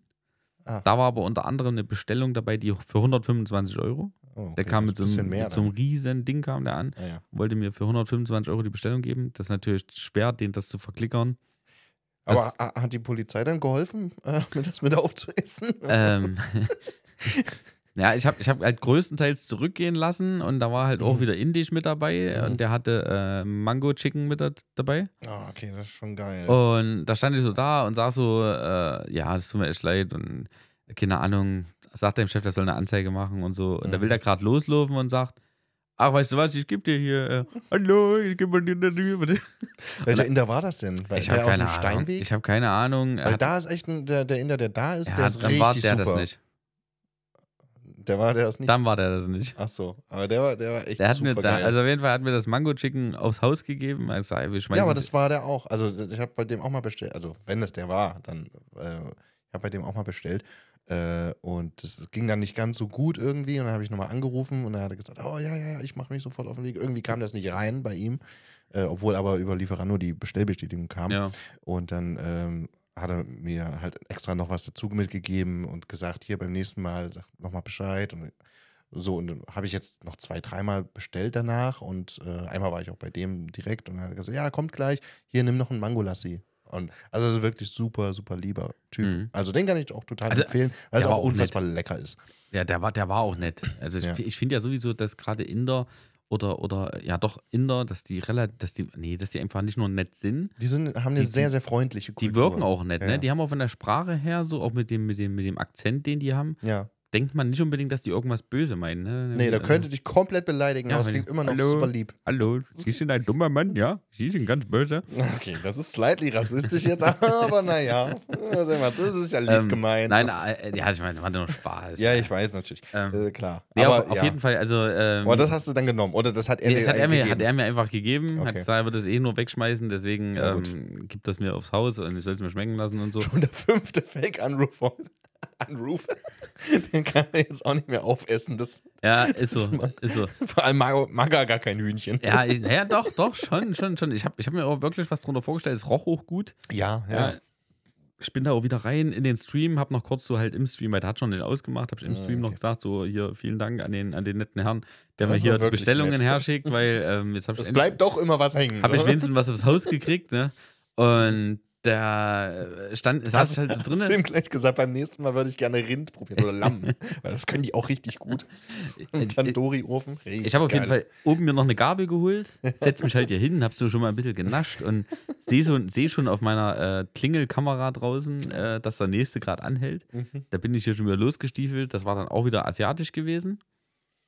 Ah.
Da war aber unter anderem eine Bestellung dabei, die für 125 Euro.
Oh, okay,
Der kam
das
mit
ist
so,
ein
einem,
bisschen mehr.
mit so einem
dann.
riesen Ding kam der an,
Ah, ja.
wollte mir für 125 Euro die Bestellung geben. Das ist natürlich schwer, den das zu verklickern.
Aber
Das-
ha- hat die Polizei dann geholfen, (laughs) äh, mir das mit aufzuessen?
ähm, (laughs) ja, ich habe ich hab halt größtenteils zurückgehen lassen und da war halt auch
Mhm.
wieder Indisch mit dabei
Mhm.
und der hatte äh, Mango Chicken mit dat- dabei.
(laughs) Ah, okay, das ist schon geil.
Und da stand ich so da und sag so, äh, ja, das tut mir echt leid und keine Ahnung, sagt dem Chef, der soll eine Anzeige machen und so. Und da will
Mhm.
der gerade loslaufen und sagt, ach, weißt du was, ich geb dir hier, äh, hallo, ich geb dir das hier.
Welcher Inder war das denn? War
Ich
der
habe
aus
keine
dem
Ahnung.
Steinweg?
Ich habe keine Ahnung. Er
Weil
hat-
da ist echt ein, der, der Inder, der da ist,
er
der
hat-
ist
dann
richtig
war der
super.
das nicht.
Der war der das nicht.
Dann war der das nicht.
Ach so, aber der war, der war echt
Der hat
super
mir da,
geil.
also auf jeden Fall hat mir das Mango Chicken aufs Haus gegeben. Er hat gesagt, ey, wir schmeißen
ja, aber das war der auch. Also ich habe bei dem auch mal bestellt. Also wenn das der war, dann äh, ich habe bei dem auch mal bestellt. Äh, und das ging dann nicht ganz so gut irgendwie. Und dann habe ich nochmal angerufen und dann hat er gesagt, oh ja, ja, ja, ich mache mich sofort auf den Weg. Irgendwie kam das nicht rein bei ihm, äh, obwohl aber über Lieferando die Bestellbestätigung kam.
ja.
Und dann ähm, hat er mir halt extra noch was dazu mitgegeben und gesagt, hier beim nächsten Mal sag nochmal Bescheid. Und so, und dann habe ich jetzt noch zwei, dreimal bestellt danach. Und äh, einmal war ich auch bei dem direkt und er hat gesagt, ja, kommt gleich, hier nimm noch einen Mangolassi. Und also das ist wirklich super, super lieber Typ.
Mhm.
Also den kann ich auch total
Also,
empfehlen, weil es
der war
auch
auch nett.
unfassbar lecker ist.
ja, der war, der war auch nett. Also ich,
Ja.
ich finde ja sowieso, dass gerade Inder oder oder ja doch Inder, dass die relativ, dass die, nee, dass die einfach nicht nur nett sind,
Die sind, haben eine
Die-
sehr, sehr freundliche
die
Kultur.
wirken auch nett,
Ja.
ne? Die haben auch von der Sprache her, so auch mit dem, mit dem, mit dem Akzent, den die haben,
Ja.
denkt man nicht unbedingt, dass die irgendwas böse meinen. Ne?
Nee, da
Also,
könnte dich komplett beleidigen,
Ja,
aber es
wenn-
klingt immer noch
Hallo.
super lieb.
Hallo, Sie sind ein dummer Mann, ja? Sie sind ganz böse.
Okay, das ist slightly rassistisch jetzt, (laughs) aber naja. Das ist ja lieb
Ähm,
gemeint.
Nein, äh, ja, ich meine, war nur Spaß.
ja, ich weiß natürlich.
Ähm,
äh, klar.
nee,
aber
auf, auf
ja.
jeden Fall, also. Ähm,
aber das hast du dann genommen, oder? Das hat er
Nee,
dir
das hat er, mir,
gegeben.
hat er mir einfach gegeben, hat
Okay.
gesagt, er würde das eh nur wegschmeißen, deswegen
Ja, gut.
ähm, gibt das mir aufs Haus und ich soll es mir schmecken lassen und so.
Schon der fünfte Fake-Anruf. von- (laughs) Anruf. Den kann er jetzt auch nicht mehr aufessen. Das,
Ja, ist so, ist so.
vor allem mag, mag er gar kein Hühnchen.
Ja, ich, naja, doch, doch, schon, schon, schon. Ich habe ich hab mir auch wirklich was drunter vorgestellt, es roch auch gut.
Ja,
Ja. Ich bin da auch wieder rein in den Stream, habe noch kurz so halt im Stream, weil der hat schon nicht ausgemacht, habe ich im
Ah,
Stream noch
okay.
gesagt, so hier vielen Dank an den, an den netten Herrn, der mir
Das war
hier die
wirklich
Bestellungen
nett.
herschickt, weil ähm, jetzt habe ich
Es
endlich-
bleibt doch immer was hängen.
habe ich
so.
wenigstens was aufs Haus gekriegt, ne? Und da stand, saß ich halt
(laughs)
so
Hast du
drinnen.
ihm gleich gesagt, beim nächsten Mal würde ich gerne Rind probieren oder Lamm. (laughs) weil das können die auch
(laughs)
richtig gut. Und
Ich-
Tandoori-Ofen.
Ich habe auf jeden Fall oben mir noch eine Gabel geholt, setz mich halt hier hin, hab so schon mal ein bisschen genascht und sehe so, seh schon auf meiner äh, Klingelkamera draußen, äh, dass der nächste gerade anhält.
Mhm.
Da bin ich hier schon wieder losgestiefelt. Das war dann auch wieder asiatisch gewesen.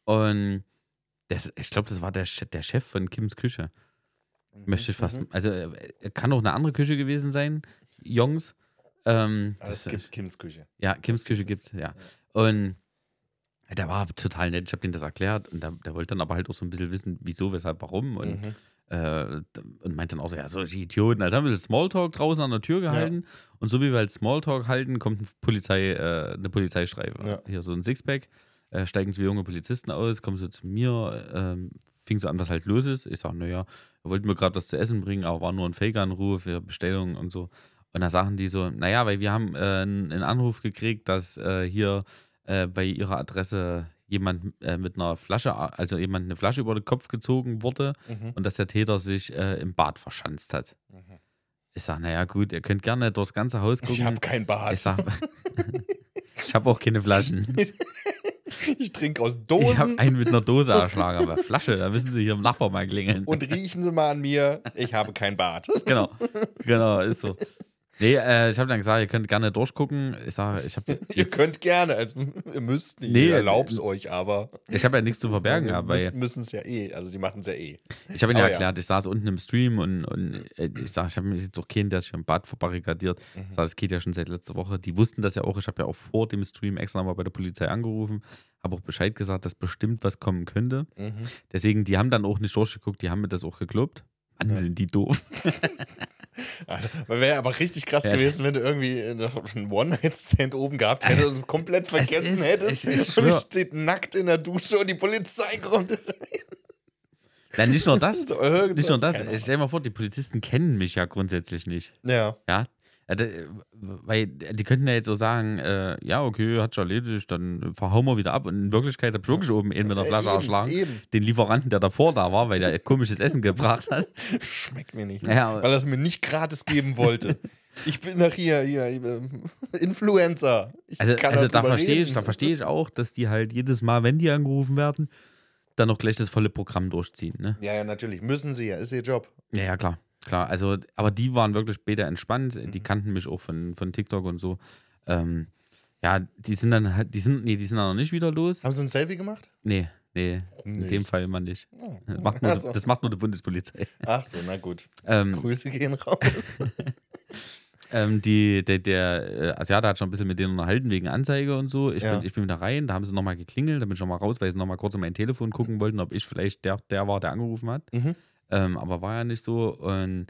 Und das, ich glaube, das war der, Che- der Chef von Kims Küche.
Mhm.
Möchte ich fast. Also, äh, kann auch eine andere Küche gewesen sein, Jongs. Ähm,
Aber Ah, es
das-
gibt Kims Küche.
ja, Kims Küche gibt's, ja. Und der war total nett. Ich habe denen das erklärt und der, der wollte dann aber halt auch so ein bisschen wissen, wieso, weshalb, warum. Und
Mhm.
äh, d- und meint dann auch so, ja, solche Idioten. Also haben wir das Smalltalk draußen an der Tür gehalten und so wie wir halt Smalltalk halten, kommt ein Polizei, äh, eine Polizeistreife.
Ja.
Hier so ein Sixpack, äh, steigen zwei junge Polizisten aus, kommen so zu mir, ähm, fing so an, was halt los ist. Ich sage, naja, wir wollten mir gerade was zu essen bringen, aber war nur ein Fake-Anruf, ja, Bestellung und so. Und da sagen die so, naja, weil wir haben äh, einen einen Anruf gekriegt, dass äh, hier äh, bei ihrer Adresse jemand äh, mit einer Flasche, also jemand eine Flasche über den Kopf gezogen wurde
Mhm.
und dass der Täter sich äh, im Bad verschanzt hat.
Mhm.
Ich sage, naja gut, ihr könnt gerne durchs ganze Haus gucken.
Ich habe kein Bad.
ich sag, (laughs) ich hab auch keine Flaschen.
Ich trinke aus
Ich habe
Dosen
einen mit einer
(laughs)
Dose erschlagen, aber Flasche, da müssen sie hier im Nachbar mal klingeln. (laughs)
und riechen Sie mal an mir. Ich habe kein Bad. (laughs)
genau, genau, ist so. Nee, äh, ich habe dann gesagt, ihr könnt gerne durchgucken. Ich sage, ich habe
(laughs) Ihr könnt gerne, also ihr müsst nicht,
Nee, äh,
ihr erlaubt es euch, aber
ich hab ja nichts zu verbergen,
wir
gehabt, weil
müssen es ja eh, also die machen es ja eh.
Ich habe ihn ja
Aber ja.
erklärt, ich saß unten im Stream und, und äh, ich sage, ich habe mich jetzt auch keinen, der sich im Bad verbarrikadiert.
Mhm.
Ich sag, das geht ja schon seit letzter Woche. Die wussten das ja auch. Ich habe ja auch vor dem Stream extra mal bei der Polizei angerufen, habe auch Bescheid gesagt, dass bestimmt was kommen könnte.
Mhm.
Deswegen, die haben dann auch nicht durchgeguckt, die haben mir das auch geglaubt. Mann,
Ja.
sind die doof.
Also, Wäre aber richtig krass
Ja.
gewesen, wenn du irgendwie äh, noch einen One-Night-Stand oben gehabt
(laughs)
hättest und komplett vergessen
ist- ich-
hättest.
ich
(laughs) und ich
schwör.
steht nackt in der Dusche und die Polizei kommt.
Nein, nicht nur
(laughs)
das.
So, irgendwas,
Nicht nur das.
keine
Stell dir mal vor, die Polizisten kennen mich ja grundsätzlich nicht.
Ja.
Ja. Äh, da- äh, Weil die könnten ja jetzt so sagen, äh, ja, okay, hat schon erledigt, dann äh, verhauen wir wieder ab. Und in Wirklichkeit habe ich wirklich oben einen mit einer
Äh,
Flasche
eben,
erschlagen.
eben.
Den Lieferanten, der davor da war, weil der
(laughs)
komisches Essen gebracht hat.
Schmeckt mir nicht.
Ja, aber-
weil er es mir nicht gratis geben wollte.
(laughs)
ich bin doch hier, hier, ähm, Influencer. Ich
Also,
kann
also da
darüber
verstehe ich,
reden.
da verstehe ich auch, dass die halt jedes Mal, wenn die angerufen werden, dann noch gleich das volle Programm durchziehen. Ne?
Ja, ja, natürlich. Müssen sie ja. Ist ihr Job.
Ja, ja, klar. Klar, also, aber die waren wirklich später entspannt.
Mhm.
Die kannten mich auch von, von TikTok und so. Ähm, ja, die sind dann halt, die sind, nee, die sind dann noch nicht wieder los.
Haben sie ein Selfie gemacht?
Nee, nee, in
nicht?
dem Fall immer
(laughs)
nicht.
Oh.
Das macht nur,
Also.
das macht nur die Bundespolizei.
Ach so, na gut.
Ähm,
Grüße
(laughs)
gehen raus.
ähm, die, der, der äh, Asiate hat schon ein bisschen mit denen unterhalten wegen Anzeige und so. Ich,
Ja.
bin, ich bin wieder rein, da haben sie nochmal geklingelt, da bin ich nochmal raus, weil sie nochmal kurz in mein Telefon gucken wollten, ob ich vielleicht der, der war, der angerufen hat.
Mhm.
Ähm, aber war ja nicht so. Und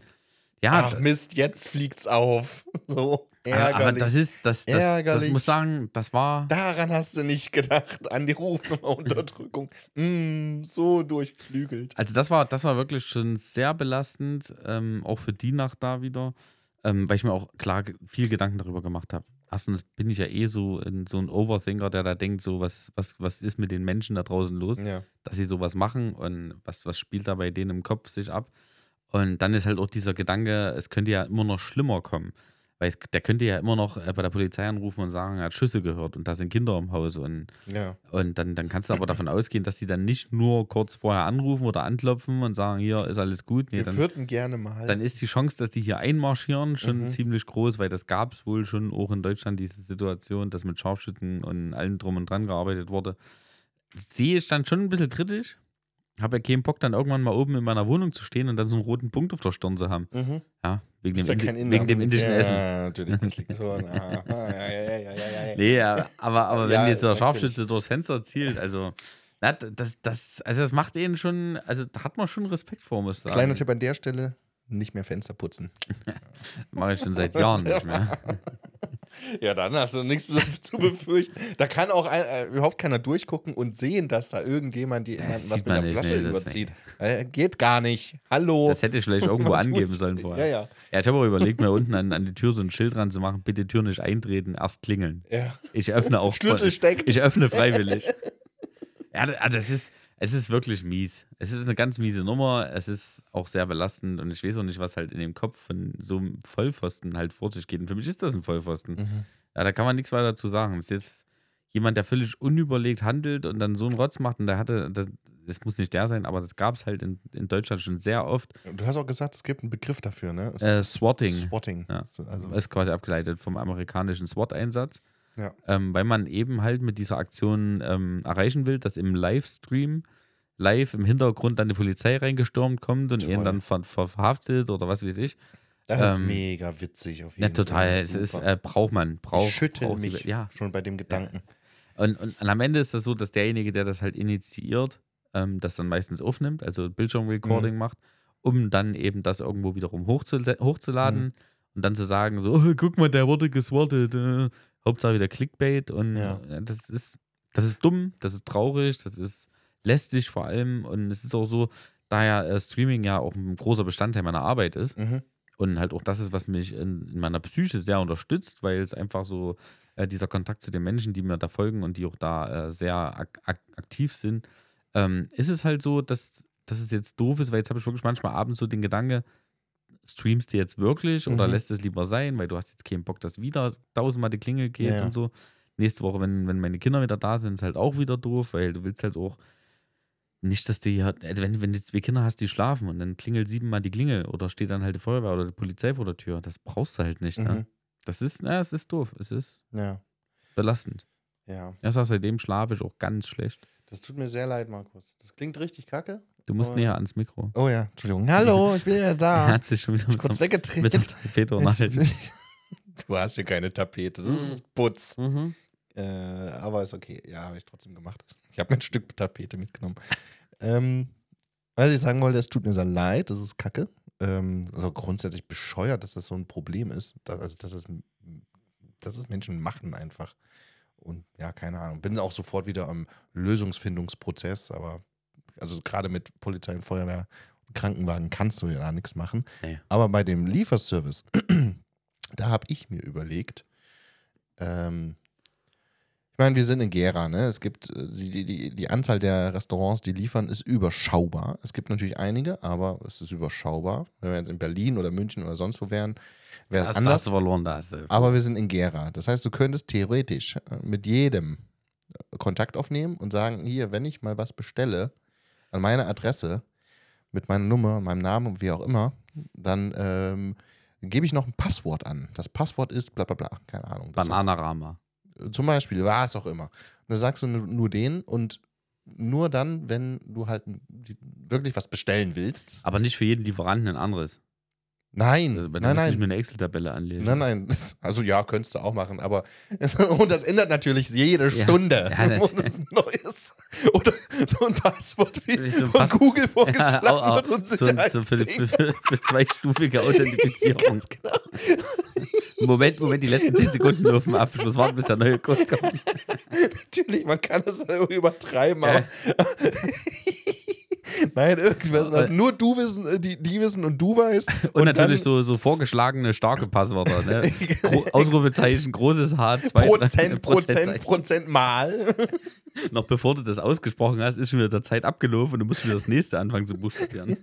ja,
Ach Mist, jetzt fliegt's auf. So
aber, aber
ärgerlich.
Ah, das ist, das, das, das,
Ärgerlich.
muss sagen, das war.
Daran hast du nicht gedacht, an
(laughs)
die Rufnummerunterdrückung. mm, so durchflügelt.
Also das war, das war wirklich schon sehr belastend, ähm, auch für die Nacht da wieder, ähm, weil ich mir auch klar ge- viel Gedanken darüber gemacht habe. Erstens bin ich ja eh so ein, so ein Overthinker, der da denkt, so was, was, was ist mit den Menschen da draußen los,
Ja.
dass sie sowas machen und was, was spielt da bei denen im Kopf sich ab. Und dann ist halt auch dieser Gedanke, es könnte ja immer noch schlimmer kommen. Weil es, der könnte ja immer noch äh, bei der Polizei anrufen und sagen, er hat Schüsse gehört und da sind Kinder im Haus und
ja.
und dann, dann kannst du aber davon ausgehen, dass die dann nicht nur kurz vorher anrufen oder anklopfen und sagen, hier ist alles gut. Nee,
Wir
dann,
würden gerne mal.
dann ist die Chance, dass die hier einmarschieren, schon
Mhm.
ziemlich groß, weil das gab es wohl schon auch in Deutschland, diese Situation, dass mit Scharfschützen und allem drum und dran gearbeitet wurde. Sehe ich dann schon ein bisschen kritisch. Habe ja keinen Bock, dann irgendwann mal oben in meiner Wohnung zu stehen und dann so einen roten Punkt auf der Stirn zu haben.
mhm.
Ja, wegen,
Ist
dem,
ja
Indi-
kein Inder.
wegen dem indischen
ja,
Essen.
Ja, natürlich, das liegt so. (laughs) an- Aha, ja, ja, ja, ja, ja, ja.
Nee, aber,
(laughs)
aber wenn
Äh, Ja,
jetzt der
natürlich.
Scharfschütze durchs Fenster zielt, also, na, das, das, also das macht ihnen schon, also da hat man schon Respekt vor, muss ich sagen.
Kleiner Tipp an der Stelle: nicht mehr Fenster putzen.
Mache ich schon seit Jahren nicht mehr.
(laughs) Ja, dann hast du nichts (laughs) zu befürchten. Da kann auch ein, äh, überhaupt keiner durchgucken und sehen, dass da irgendjemand die, jemanden
sieht
was mit
man
der
nicht,
Flasche
nee, das-
überzieht. Äh, geht gar nicht. Hallo.
Das hätte ich vielleicht irgendwo
Man tut's
angeben sollen
nicht.
vorher.
Ja, ja.
ich habe auch überlegt, mir unten an, an die Tür so ein Schild dran zu machen, bitte Tür nicht eintreten, erst klingeln.
Ja.
Ich öffne auch.
(laughs) Schlüssel (laughs) steckt.
Ich öffne freiwillig. ja, da- also es ist, es ist wirklich mies. Es ist eine ganz miese Nummer. Es ist auch sehr belastend und ich weiß auch nicht, was halt in dem Kopf von so einem Vollpfosten halt vor sich geht. Und für mich ist das ein Vollpfosten. Ja, da kann man nichts weiter zu sagen. Es ist jetzt jemand, der völlig unüberlegt handelt und dann so einen Rotz macht und der hatte, das, das muss nicht der sein, aber das gab es halt in, in Deutschland schon sehr oft.
Du hast auch gesagt, es gibt einen Begriff dafür, ne? S-
Äh, Swatting.
Swatting.
Ja.
So, Also,
ist quasi abgeleitet vom amerikanischen SWAT-Einsatz.
Ja.
Ähm, weil man eben halt mit dieser Aktion ähm, erreichen will, dass im Livestream live im Hintergrund dann die Polizei reingestürmt kommt und
Toll.
ihn dann ver ver verhaftet oder was weiß ich.
Das ist
Ähm,
mega witzig auf jeden
Ja, total.
Fall.
Es ist,
Super.
äh, braucht man. Braucht,
ich schüttel
braucht die
mich
Welt. Ja,
schon bei dem Gedanken.
Und, und, und am Ende ist das so, dass derjenige, der das halt initiiert, ähm, das dann meistens aufnimmt, also Bildschirmrecording macht, um dann eben das irgendwo wiederum hochzule hochzuladen und dann zu sagen, so, (laughs) oh, guck mal, der wurde geswattet. Äh, Hauptsache wieder Clickbait und
Ja.
äh, das ist, das ist dumm, das ist traurig, das ist lästig vor allem und es ist auch so, da ja äh, Streaming ja auch ein großer Bestandteil meiner Arbeit ist,
Mhm.
und halt auch das ist, was mich in, in meiner Psyche sehr unterstützt, weil es einfach so äh, dieser Kontakt zu den Menschen, die mir da folgen und die auch da äh, sehr ak ak aktiv sind, ähm, ist es halt so, dass, dass es jetzt doof ist, weil jetzt habe ich wirklich manchmal abends so den Gedanke, streamst du jetzt wirklich oder
Mhm.
lässt es lieber sein, weil du hast jetzt keinen Bock, dass wieder tausendmal die Klingel geht
Ja, ja.
und so. Nächste Woche, wenn, wenn meine Kinder wieder da sind, ist halt auch wieder doof, weil du willst halt auch nicht, dass die, halt- also wenn, wenn du zwei Kinder hast, die schlafen und dann klingelt siebenmal die Klingel oder steht dann halt die Feuerwehr oder die Polizei vor der Tür. Das brauchst du halt nicht. Ne?
Mhm.
Das ist, na, es ist doof. Es ist
Ja.
belastend.
ja.
Erst seitdem schlafe ich auch ganz schlecht.
Das tut mir sehr leid, Markus. Das klingt richtig kacke.
Du musst
Oh.
näher ans Mikro.
Oh ja, Entschuldigung. Hallo, ich bin ja
(laughs) Er
da.
hat sich schon wieder
Ich
mit,
kurz
dem- mit dem
weggedreht.
Tapete
Ich-
unterhalten.
Du hast hier keine Tapete, das ist Putz.
Mhm.
Äh, aber ist okay. Ja, habe ich trotzdem gemacht. Ich habe mir ein Stück Tapete mitgenommen. ähm, was ich sagen wollte, es tut mir sehr leid, das ist kacke. Ähm, also grundsätzlich bescheuert, dass das so ein Problem ist. Da- also, dass es, dass es Menschen machen einfach. Und ja, keine Ahnung. Bin auch sofort wieder am Lösungsfindungsprozess, aber also gerade mit Polizei und Feuerwehr und Krankenwagen kannst du ja da nichts machen.
Nee.
Aber bei dem Lieferservice, (clears throat) da habe ich mir überlegt, ähm, ich meine, wir sind in Gera, ne? Es gibt äh, die, die- die, die Anzahl der Restaurants, die liefern, ist überschaubar. Es gibt natürlich einige, aber es ist überschaubar. Wenn wir jetzt in Berlin oder München oder sonst wo wären, wäre es
Hast, hast
anders.
du verloren da. hast du-
Aber wir sind in Gera. Das heißt, du könntest theoretisch äh, mit jedem äh, Kontakt aufnehmen und sagen, hier, wenn ich mal was bestelle, an meine Adresse, mit meiner Nummer, meinem Namen und wie auch immer, dann ähm, gebe ich noch ein Passwort an. Das Passwort ist bla bla bla, keine Ahnung. Das äh,
Bananarama.
zum Beispiel, was auch immer. Und dann sagst du nur, nur den und nur dann, wenn du halt die- wirklich was bestellen willst.
Aber nicht für jeden Lieferanten ein anderes.
Nein,
Ah, Also, wenn du musst nicht
Hm. nein, nein.
mir eine Excel-Tabelle anlegen.
Nein, nein. Das- Also ja, könntest du auch machen, aber (laughs) und das ändert natürlich jede
Ja.
Stunde.
Ja,
(laughs)
das- (laughs)
das Neues. Oder so ein Passwort wie
Wirklich so ein
von
Pass-
Google
(laughs)
vorgeschlagen
Ja, au, au.
wird, so ein
So- so für, für,
Sicherheitsding.
für, für
(laughs)
zweistufige Authentifizierung.
genau.
Moment, Moment, die letzten 10 Sekunden nur auf dem Abschluss warten, bis der neue Code
(laughs)
kommt.
Natürlich, man kann es irgendwie übertreiben, aber
Ja.
nein, irgendwas. Was nur du wissen, äh, die, die wissen und du weißt.
(laughs) Und, natürlich so, so vorgeschlagene starke Passwörter.
(laughs)
Ne? Gro Ausrufezeichen, großes H, zwei,
Genau. Prozent,
drei,
Prozent, Prozent mal.
Noch bevor du das ausgesprochen hast, ist schon wieder der Zeit abgelaufen und du musst wieder das nächste anfangen zu buchstabieren.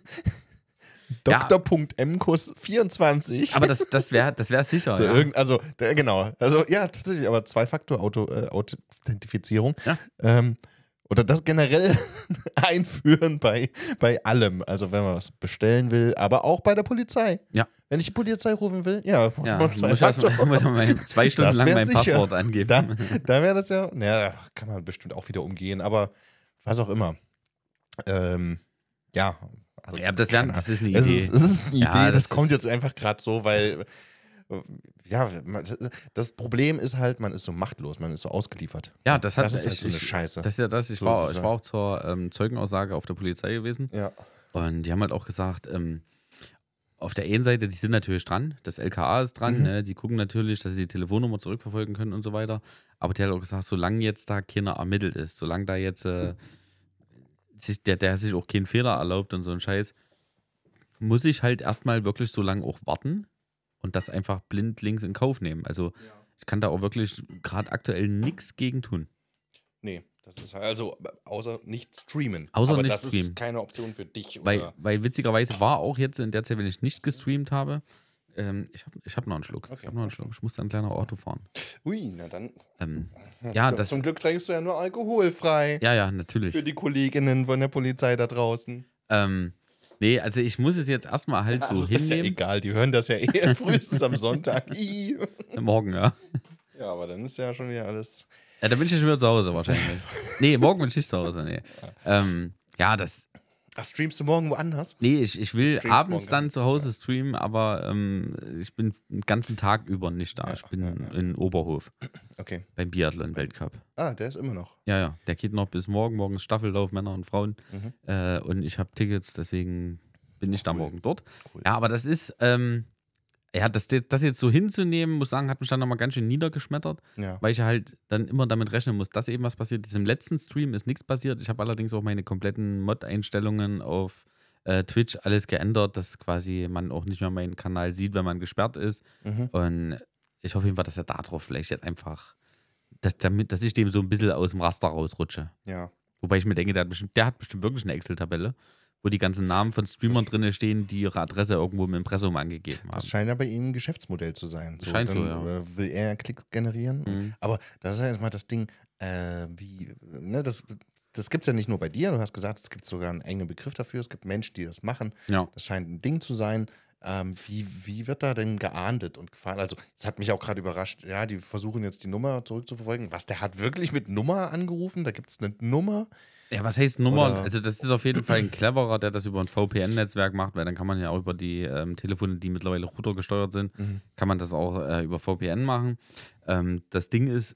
Ja.
Dr.mkus 24.
Aber das, das wäre das wär sicher.
also,
ja.
irgend, also der- genau. Also ja, tatsächlich, aber Zwei-Faktor-Authentifizierung.
Ja.
Ähm, oder das generell (laughs) einführen bei, bei allem. Also wenn man was bestellen will, aber auch bei der Polizei.
Ja.
Wenn ich die Polizei rufen will, ja,
ja,
nur
muss ich (laughs) erstmal muss ich mein, zwei Stunden
Das
lang
wär
mein
sicher.
Passwort angeben.
Da, da wäre das ja, naja, kann man bestimmt auch wieder umgehen, aber was auch immer. Ähm, ja. Also,
ja, aber das, wär,
keine
das ist eine Idee.
es ist, es ist eine
Ja,
Idee, das,
das
kommt
ist-
jetzt einfach gerade so, weil äh, ja, man- das Problem ist halt, man ist so machtlos, man ist so ausgeliefert.
Ja, das hat
Das ist halt so eine
ich-
Scheiße.
Das ist ja das. Ich,
So
war,
ist es
ich
halt. ja.
war auch zur ähm, Zeugenaussage auf der Polizei gewesen
ja.
und die haben halt auch gesagt, ähm, auf der einen Seite, die sind natürlich dran, das LKA ist dran,
Mhm.
ne? die gucken natürlich, dass sie die Telefonnummer zurückverfolgen können und so weiter. Aber die hat auch gesagt, solange jetzt da keiner ermittelt ist, solange da jetzt äh, sich, der, der sich auch keinen Fehler erlaubt und so ein Scheiß, muss ich halt erstmal wirklich so lange auch warten und das einfach blind links in Kauf nehmen. Also ich kann da auch wirklich gerade aktuell nichts gegen tun.
Nee, das ist halt, also außer nicht streamen.
Außer
aber
nicht
das
streamen.
ist keine Option für dich.
Weil,
oder,
weil witzigerweise war auch jetzt in der Zeit, wenn ich nicht gestreamt habe, ähm, ich habe ich hab noch einen Schluck. Ich
Okay.
habe noch einen Schluck. Ich musste ein kleiner Auto fahren.
ui, na dann.
Ähm, ja, das,
Hm, zum Glück trinkst du ja nur alkoholfrei.
ja, ja,
Für
natürlich.
die Kolleginnen von der Polizei da draußen.
Ähm, nee, also ich muss es jetzt erstmal halt so
das ist ja
hinnehmen.
egal, die hören das
(laughs)
ja eher frühestens am Sonntag. Ih.
morgen, ja.
ja, aber dann ist ja schon wieder alles.
ja. Da bin ich ja schon wieder zu Hause wahrscheinlich. nee, morgen bin ich nicht zu Hause. Nee. Ähm, ja, das,
Ach, streamst du morgen woanders?
Nee, ich, ich will
Streamst
abends
morgen
dann
gar
zu Hause streamen, aber ähm, ich bin den ganzen Tag über nicht da.
Ja,
ich bin
ja, ja.
in Oberhof
Okay.
beim Biathlon-Weltcup.
Ah, der ist immer noch.
Ja, ja, der geht noch bis morgen. Morgen ist Staffellauf, Männer und Frauen.
Mhm.
Äh, und ich habe Tickets, deswegen bin ich da
Cool.
morgen dort.
Cool.
Ja, aber das ist, ähm, ja, das, das jetzt so hinzunehmen, muss sagen, hat mich dann nochmal ganz schön niedergeschmettert,
Ja.
weil ich halt dann immer damit rechnen muss, dass eben was passiert ist. Im letzten Stream ist nichts passiert. Ich habe allerdings auch meine kompletten Mod-Einstellungen auf äh, Twitch alles geändert, dass quasi man auch nicht mehr meinen Kanal sieht, wenn man gesperrt ist.
Mhm.
Und ich hoffe jedenfalls, dass er da drauf vielleicht jetzt einfach, dass, damit, dass ich dem so ein bisschen aus dem Raster rausrutsche.
ja.
Wobei ich mir denke, der hat bestimmt, der hat bestimmt wirklich eine Excel-Tabelle, wo die ganzen Namen von Streamern drin stehen, die ihre Adresse irgendwo im Impressum angegeben
Das
haben.
scheint ja bei ihm ein Geschäftsmodell zu sein.
Scheint so,
dann,
ja.
äh, Will er Klicks generieren.
Mhm.
Aber das ist ja erstmal das Ding, äh, wie, ne, das, das gibt es ja nicht nur bei dir. Du hast gesagt, es gibt sogar einen eigenen Begriff dafür. Es gibt Menschen, die das machen.
Ja.
Das scheint ein Ding zu sein. Ähm, wie, wie wird da denn geahndet und gefahren? Also, es hat mich auch gerade überrascht. Ja, die versuchen jetzt die Nummer zurückzuverfolgen. Was, der hat wirklich mit Nummer angerufen? Da gibt es eine Nummer?
Ja, was heißt Nummer?
Oder-
also, das ist auf jeden Fall ein cleverer, der das über ein VPN-Netzwerk macht, weil dann kann man ja auch über die ähm, Telefone, die mittlerweile Router gesteuert sind, kann man das auch äh, über VPN machen. Ähm, das Ding ist,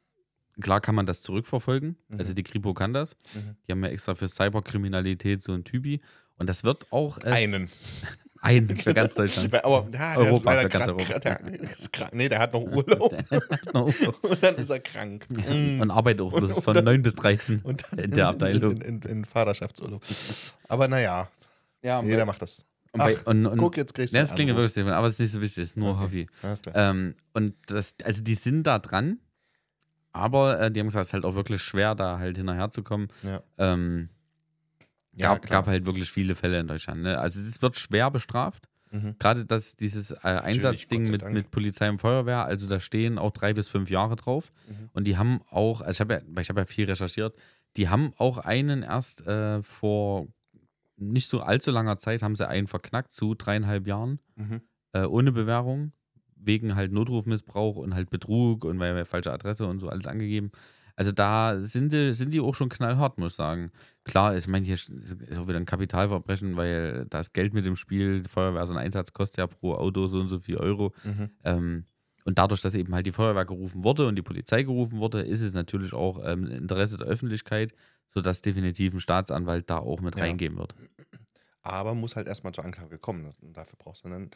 klar kann man das zurückverfolgen. Also, die Kripo kann das.
Mhm.
Die haben ja extra für Cyberkriminalität so ein Typi. Und das wird auch. äh,
Einen.
Einen für
(laughs)
ganz (laughs) Deutschland.
Bei- Aber, ja, der ist
Europa,
leider
für ganz
grad,
Europa.
Grad, der ist krank. Nee, der
(laughs)
hat noch Urlaub. (laughs) Und dann ist er krank.
(laughs)
Mm.
Und Arbeit auch bloß von 9 bis 13
Und dann
in der Abteilung.
In, in, in Vaterschaftsurlaub. Aber naja,
Ja, und
jeder
bei,
macht das.
und bei,
Ach,
und, und,
Guck, jetzt kriegst du
Ja, das klingt ja
einen
wirklich, Stefan, aber es ist nicht so wichtig, es ist nur
Okay.
Hobby.
Anruf. Alles klar.
Ähm, und das, also die sind da dran, aber äh, die haben gesagt, es ist halt auch wirklich schwer, da halt hinterherzukommen.
Ja.
Ähm,
Ja,
gab,
klar.
gab halt wirklich viele Fälle in Deutschland. Ne? Also es wird schwer bestraft.
Mhm.
Gerade das, dieses äh,
Gott
Einsatzding
sei
mit,
Dank.
mit Polizei und Feuerwehr, also da stehen auch drei bis fünf Jahre drauf.
Mhm.
Und die haben auch, also ich habe ja, weil ich hab ja viel recherchiert, die haben auch einen erst äh, vor nicht so allzu langer Zeit, haben sie einen verknackt zu dreieinhalb Jahren
Mhm.
äh, ohne Bewährung, wegen halt Notrufmissbrauch und halt Betrug und weil wir falsche Adresse und so alles angegeben. Also da sind die, sind die auch schon knallhart, muss ich sagen. Klar, ich meine, hier ist auch wieder ein Kapitalverbrechen, weil da ist Geld mit im Spiel, die Feuerwehr, so ein Einsatz kostet ja pro Auto so und so viel Euro.
Mhm.
Ähm, und dadurch, dass eben halt die Feuerwehr gerufen wurde und die Polizei gerufen wurde, ist es natürlich auch ähm, Interesse der Öffentlichkeit, sodass definitiv ein Staatsanwalt da auch mit
Ja.
reingehen wird.
Aber muss halt erstmal zur Anklage kommen. Das- Und dafür brauchst du dann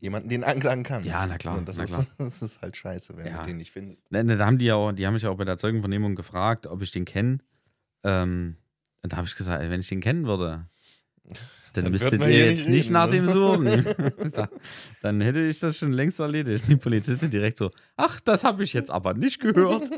jemanden, den du anklagen kannst.
Ja, na klar,
Und das,
na
ist,
klar.
(laughs) das ist halt scheiße, wenn
Ja.
du den nicht findest.
Ne, ne, da haben die ja auch, die haben mich ja auch bei der Zeugenvernehmung gefragt, ob ich den kenne. Ähm, und da habe ich gesagt, ey, wenn ich den kennen würde, dann,
Dann
müsstet
würden wir
ihr
hier
jetzt
nicht ne?
nicht,
reden,
nach
ne?
dem suchen. (laughs)
(laughs)
Da- dann hätte ich das schon längst erledigt. Die Polizistin direkt so, ach, das habe ich jetzt aber nicht gehört.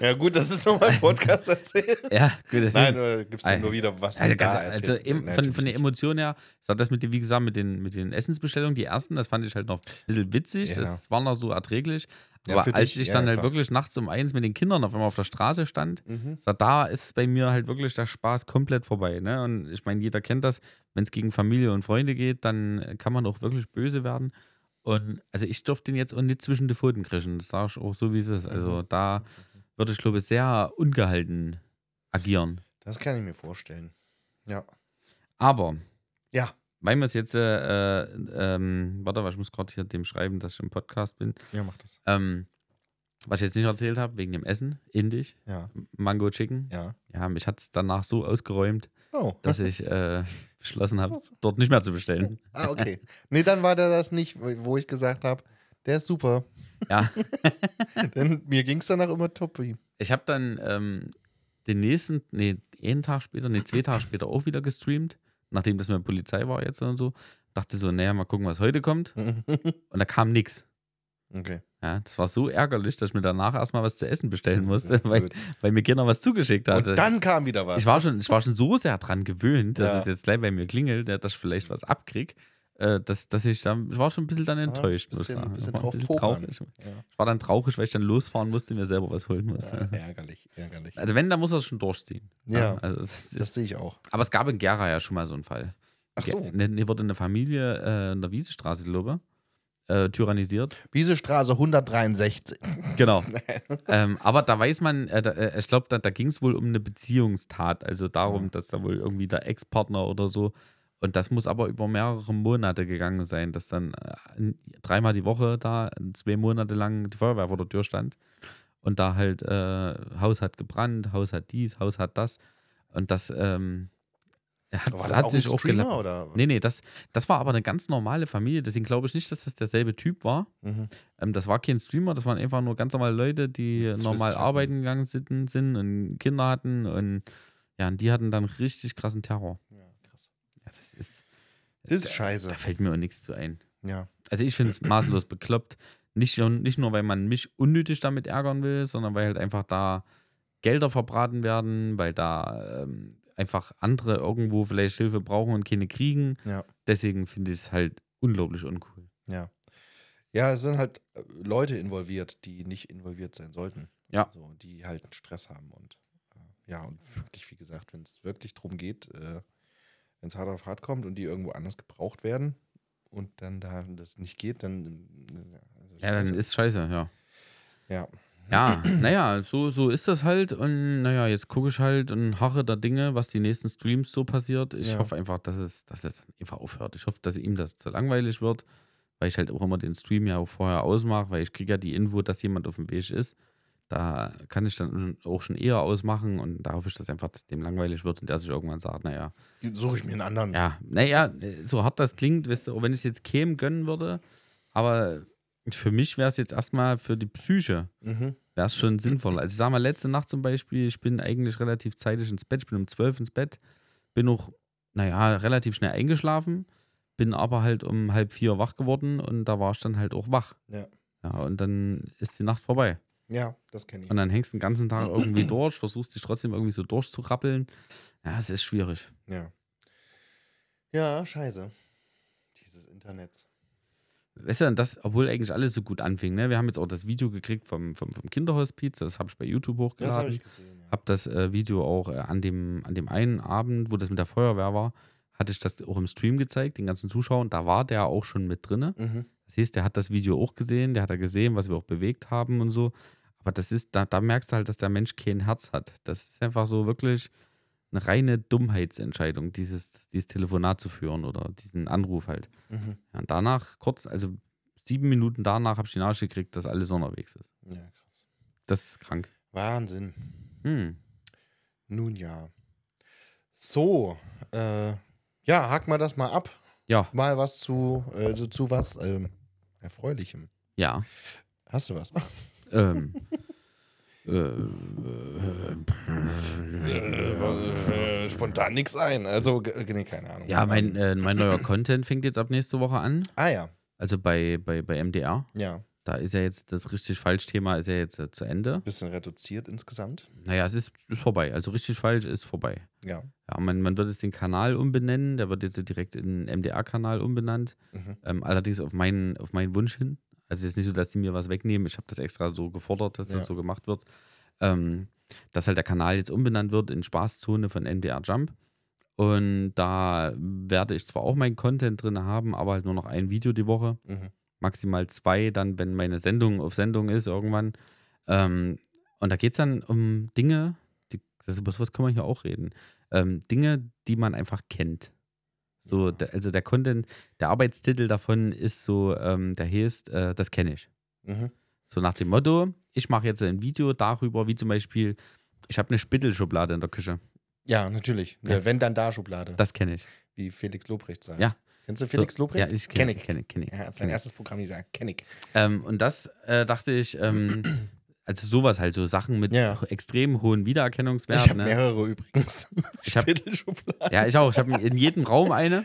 Ja, gut, das ist nochmal ein Podcast erzählt.
ja, gut, (laughs) das
Nein,
sind-
du gibst ja
Ey.
nur wieder, was
also,
du
ganz,
da
also
erzählt
eben
hast.
von,
Nein,
von der Emotion her, ich sag das mit dem, wie gesagt, mit den, mit den Essensbestellungen, die ersten, das fand ich halt noch ein bisschen witzig,
Ja.
das war noch so erträglich.
Ja,
Aber
für
als
dich,
ich
ja,
dann
ja,
halt
klar.
wirklich nachts um eins mit den Kindern auf einmal auf der Straße stand,
Mhm.
Sag, Da ist bei mir halt wirklich der Spaß komplett vorbei. Ne? Und ich meine, jeder kennt das, wenn es gegen Familie und Freunde geht, dann kann man auch wirklich böse werden. Und also ich durfte den jetzt auch nicht zwischen die Pfoten kriechen. Das sage ich auch so, wie es ist. Also da würde ich, glaube ich, sehr ungehalten agieren.
Das kann ich mir vorstellen. Ja.
Aber,
Ja.
weil wir es jetzt, äh, äh, ähm, warte, mal, ich muss gerade hier dem schreiben, dass ich im Podcast bin.
Ja, mach das.
Ähm, was ich jetzt nicht erzählt habe, wegen dem Essen, indisch,
Ja.
Mango Chicken.
Ja.
Ja, mich hat es danach so ausgeräumt,
Oh.
dass ich äh, beschlossen habe,
Was?
dort nicht mehr zu bestellen.
Ah, okay. Nee, dann war der das nicht, wo ich gesagt habe, der ist super.
Ja.
(laughs) Denn mir ging es danach immer toppi. (laughs)
Ich habe dann ähm, den nächsten, nee, einen Tag später, nee, zwei Tage später auch wieder gestreamt, nachdem das mit der Polizei war jetzt und so. Dachte so, naja, mal gucken, was heute kommt. Und da kam nichts.
Okay.
Ja, das war so ärgerlich, dass ich mir danach erstmal was zu essen bestellen
Das ist
musste, weil,
blöd.
weil mir keiner was zugeschickt hatte.
Und dann kam wieder was.
ich, war schon, ich war schon so sehr dran gewöhnt, dass
Ja.
es jetzt gleich bei mir klingelt, dass ich vielleicht was abkrieg, äh, dass, dass ich dann, ich war schon ein bisschen dann enttäuscht. muss ich
Ah,
sagen.
bisschen-
Ich
bisschen
war
drauf pokern.
traurig.
ja.
Ich war dann traurig, weil ich dann losfahren musste und mir selber was holen musste.
Äh, ärgerlich, ärgerlich.
Also wenn, dann muss er es schon durchziehen.
Ja.
also es ist,
Das sehe ich auch.
aber es gab in Gera ja schon mal so einen Fall. ne,
Ach so.
Hier wurde eine Familie äh, in der Wiesestraße, glaube ich, äh, tyrannisiert.
Wiesestraße 163. (laughs)
Genau. ähm, aber da weiß man, äh, da, äh, ich glaube, da, da ging es wohl um eine Beziehungstat. Also darum,
Ja.
dass da wohl irgendwie der Ex-Partner oder so. Und das muss aber über mehrere Monate gegangen sein, dass dann äh, n- dreimal die Woche da äh, zwei Monate lang die Feuerwehr vor der Tür stand. Und da halt äh, Haus hat gebrannt, Haus hat dies, Haus hat das. Und das ähm, hat,
War das
hat
auch ein
sich auch
Streamer
geleppert.
oder?
Nee, nee, das, das war aber eine ganz normale Familie. Deswegen glaube ich nicht, dass das derselbe Typ war.
Mhm.
Ähm, das war kein Streamer, das waren einfach nur ganz normale Leute, die
Das
normal
wisst hatten.
arbeiten gegangen sind, sind und Kinder hatten und ja, und die hatten dann richtig krassen Terror.
Ja, krass.
Ja, das ist,
Das ist
da,
scheiße.
da fällt mir auch nichts zu ein.
Ja.
Also ich finde es
(clears throat)
maßlos bekloppt. Nicht, nur- nicht nur, weil man mich unnötig damit ärgern will, sondern weil halt einfach da Gelder verbraten werden, weil da ähm, einfach andere irgendwo vielleicht Hilfe brauchen und keine kriegen.
Ja.
Deswegen finde ich es halt unglaublich uncool.
Ja. Ja, es sind halt äh, Leute involviert, die nicht involviert sein sollten.
Ja.
So, die halt einen Stress haben und äh, ja, und wirklich, wie gesagt, wenn es wirklich drum geht, äh, wenn es hart auf hart kommt und die irgendwo anders gebraucht werden und dann da das nicht geht, dann. äh, also
Ja, dann
scheiße.
ist scheiße, ja.
Ja.
Ja, naja, so, so ist das halt. Und naja, jetzt gucke ich halt und harre da Dinge, was die nächsten Streams so passiert. Ich
Ja.
hoffe einfach, dass es, dass es einfach aufhört. Ich hoffe, dass ihm das zu langweilig wird, weil ich halt auch immer den Stream ja auch vorher ausmache, weil ich kriege ja die Info, dass jemand auf dem Weg ist. Da kann ich dann auch schon eher ausmachen und da hoffe ich, dass einfach dass dem langweilig wird und der sich irgendwann sagt, naja,
Suche ich mir einen anderen.
ja, naja, so hart das klingt, weißt du, auch wenn ich jetzt Kem gönnen würde, aber für mich wäre es jetzt erstmal für die Psyche,
Mhm.
wäre es schon sinnvoll. Also ich sag mal, letzte Nacht zum Beispiel, ich bin eigentlich relativ zeitig ins Bett, ich bin um 12 ins Bett, bin noch, naja, relativ schnell eingeschlafen, bin aber halt um halb vier wach geworden und da war ich dann halt auch wach.
Ja.
Ja, und dann ist die Nacht vorbei.
Ja, das kenne ich.
Und dann hängst du den ganzen Tag irgendwie durch, versuchst dich trotzdem irgendwie so durchzurappeln. Ja, es ist schwierig.
Ja. Ja, scheiße. Dieses Internet.
Weißt du, und das, obwohl eigentlich alles so gut anfing, ne? Wir haben jetzt auch das Video gekriegt vom, vom, vom Kinderhospiz, das habe ich bei YouTube
Das habe
hochgeladen.
ich gesehen. Ja.
Hab das äh, Video auch äh, an, dem, an dem einen Abend, wo das mit der Feuerwehr war, hatte ich das auch im Stream gezeigt, den ganzen Zuschauern. Da war der auch schon mit drinne.
Mhm.
Das heißt, der hat das Video auch gesehen, der hat da gesehen, was wir auch bewegt haben und so. Aber das ist, da, da merkst du halt, dass der Mensch kein Herz hat. Das ist einfach so wirklich eine reine Dummheitsentscheidung, dieses, dieses Telefonat zu führen oder diesen Anruf halt.
Mhm.
Ja, und danach, kurz, also sieben Minuten danach habe ich die Nachricht gekriegt, dass alles unterwegs ist.
Ja, krass.
Das ist krank.
Wahnsinn.
Hm.
Nun ja. So, äh, ja, hack mal das mal ab.
Ja,
Mal was zu, äh, so zu was ähm, Erfreulichem.
ja.
Hast du (laughs) was?
Ähm. (laughs) äh, äh,
Äh, Spontan nichts ein. Also, ge- nee, keine Ahnung.
ja, mein, äh, mein neuer Content fängt jetzt ab nächste Woche an.
Ah ja,
Also bei, bei, bei MDR.
ja.
Da ist ja jetzt das richtig falsch Thema ist ja jetzt äh, zu Ende.
Bisschen reduziert insgesamt.
Naja, es ist, ist vorbei. Also richtig falsch ist vorbei.
Ja.
Ja, man, man wird jetzt den Kanal umbenennen. Der wird jetzt direkt in MDR-Kanal umbenannt.
Mhm.
Ähm, allerdings auf meinen, auf meinen Wunsch hin. Also jetzt nicht so, dass die mir was wegnehmen. Ich habe das extra so gefordert, dass
Ja.
das so gemacht wird. Ähm, dass halt der Kanal jetzt umbenannt wird in Spaßzone von MDR Jump. Und da werde ich zwar auch meinen Content drin haben, aber halt nur noch ein Video die Woche
Mhm.
maximal zwei, dann, wenn meine Sendung auf Sendung ist, irgendwann. Ähm, und da geht es dann um Dinge, die, das, über sowas kann man hier auch reden. Ähm, Dinge, die man einfach kennt. So,
Ja.
der, also der Content, der Arbeitstitel davon ist so, ähm, der heißt, äh, das kenne ich.
Mhm.
So nach dem Motto, ich mache jetzt ein Video darüber, wie zum Beispiel, ich habe eine Spittelschublade in der Küche.
Ja, natürlich.
Ja.
Ja, wenn dann da Schublade,
Das kenne ich.
wie Felix Lobrecht sagt.
Ja.
Kennst du Felix
so,
Lobrecht?
Ja, ich kenne,
Kenn ich.
kenne, kenne.
Ja, sein
kenn ich.
erstes Programm, die sagen, kenn ich.
Ähm, und das äh, dachte ich, ähm, (clears throat) also sowas halt, so Sachen mit
Ja.
extrem hohen Wiedererkennungswert.
ich habe
ne?
mehrere übrigens.
Ich hab-
(laughs) Spittelschublade.
Ja, ich auch. Ich habe in jedem Raum
(laughs)
eine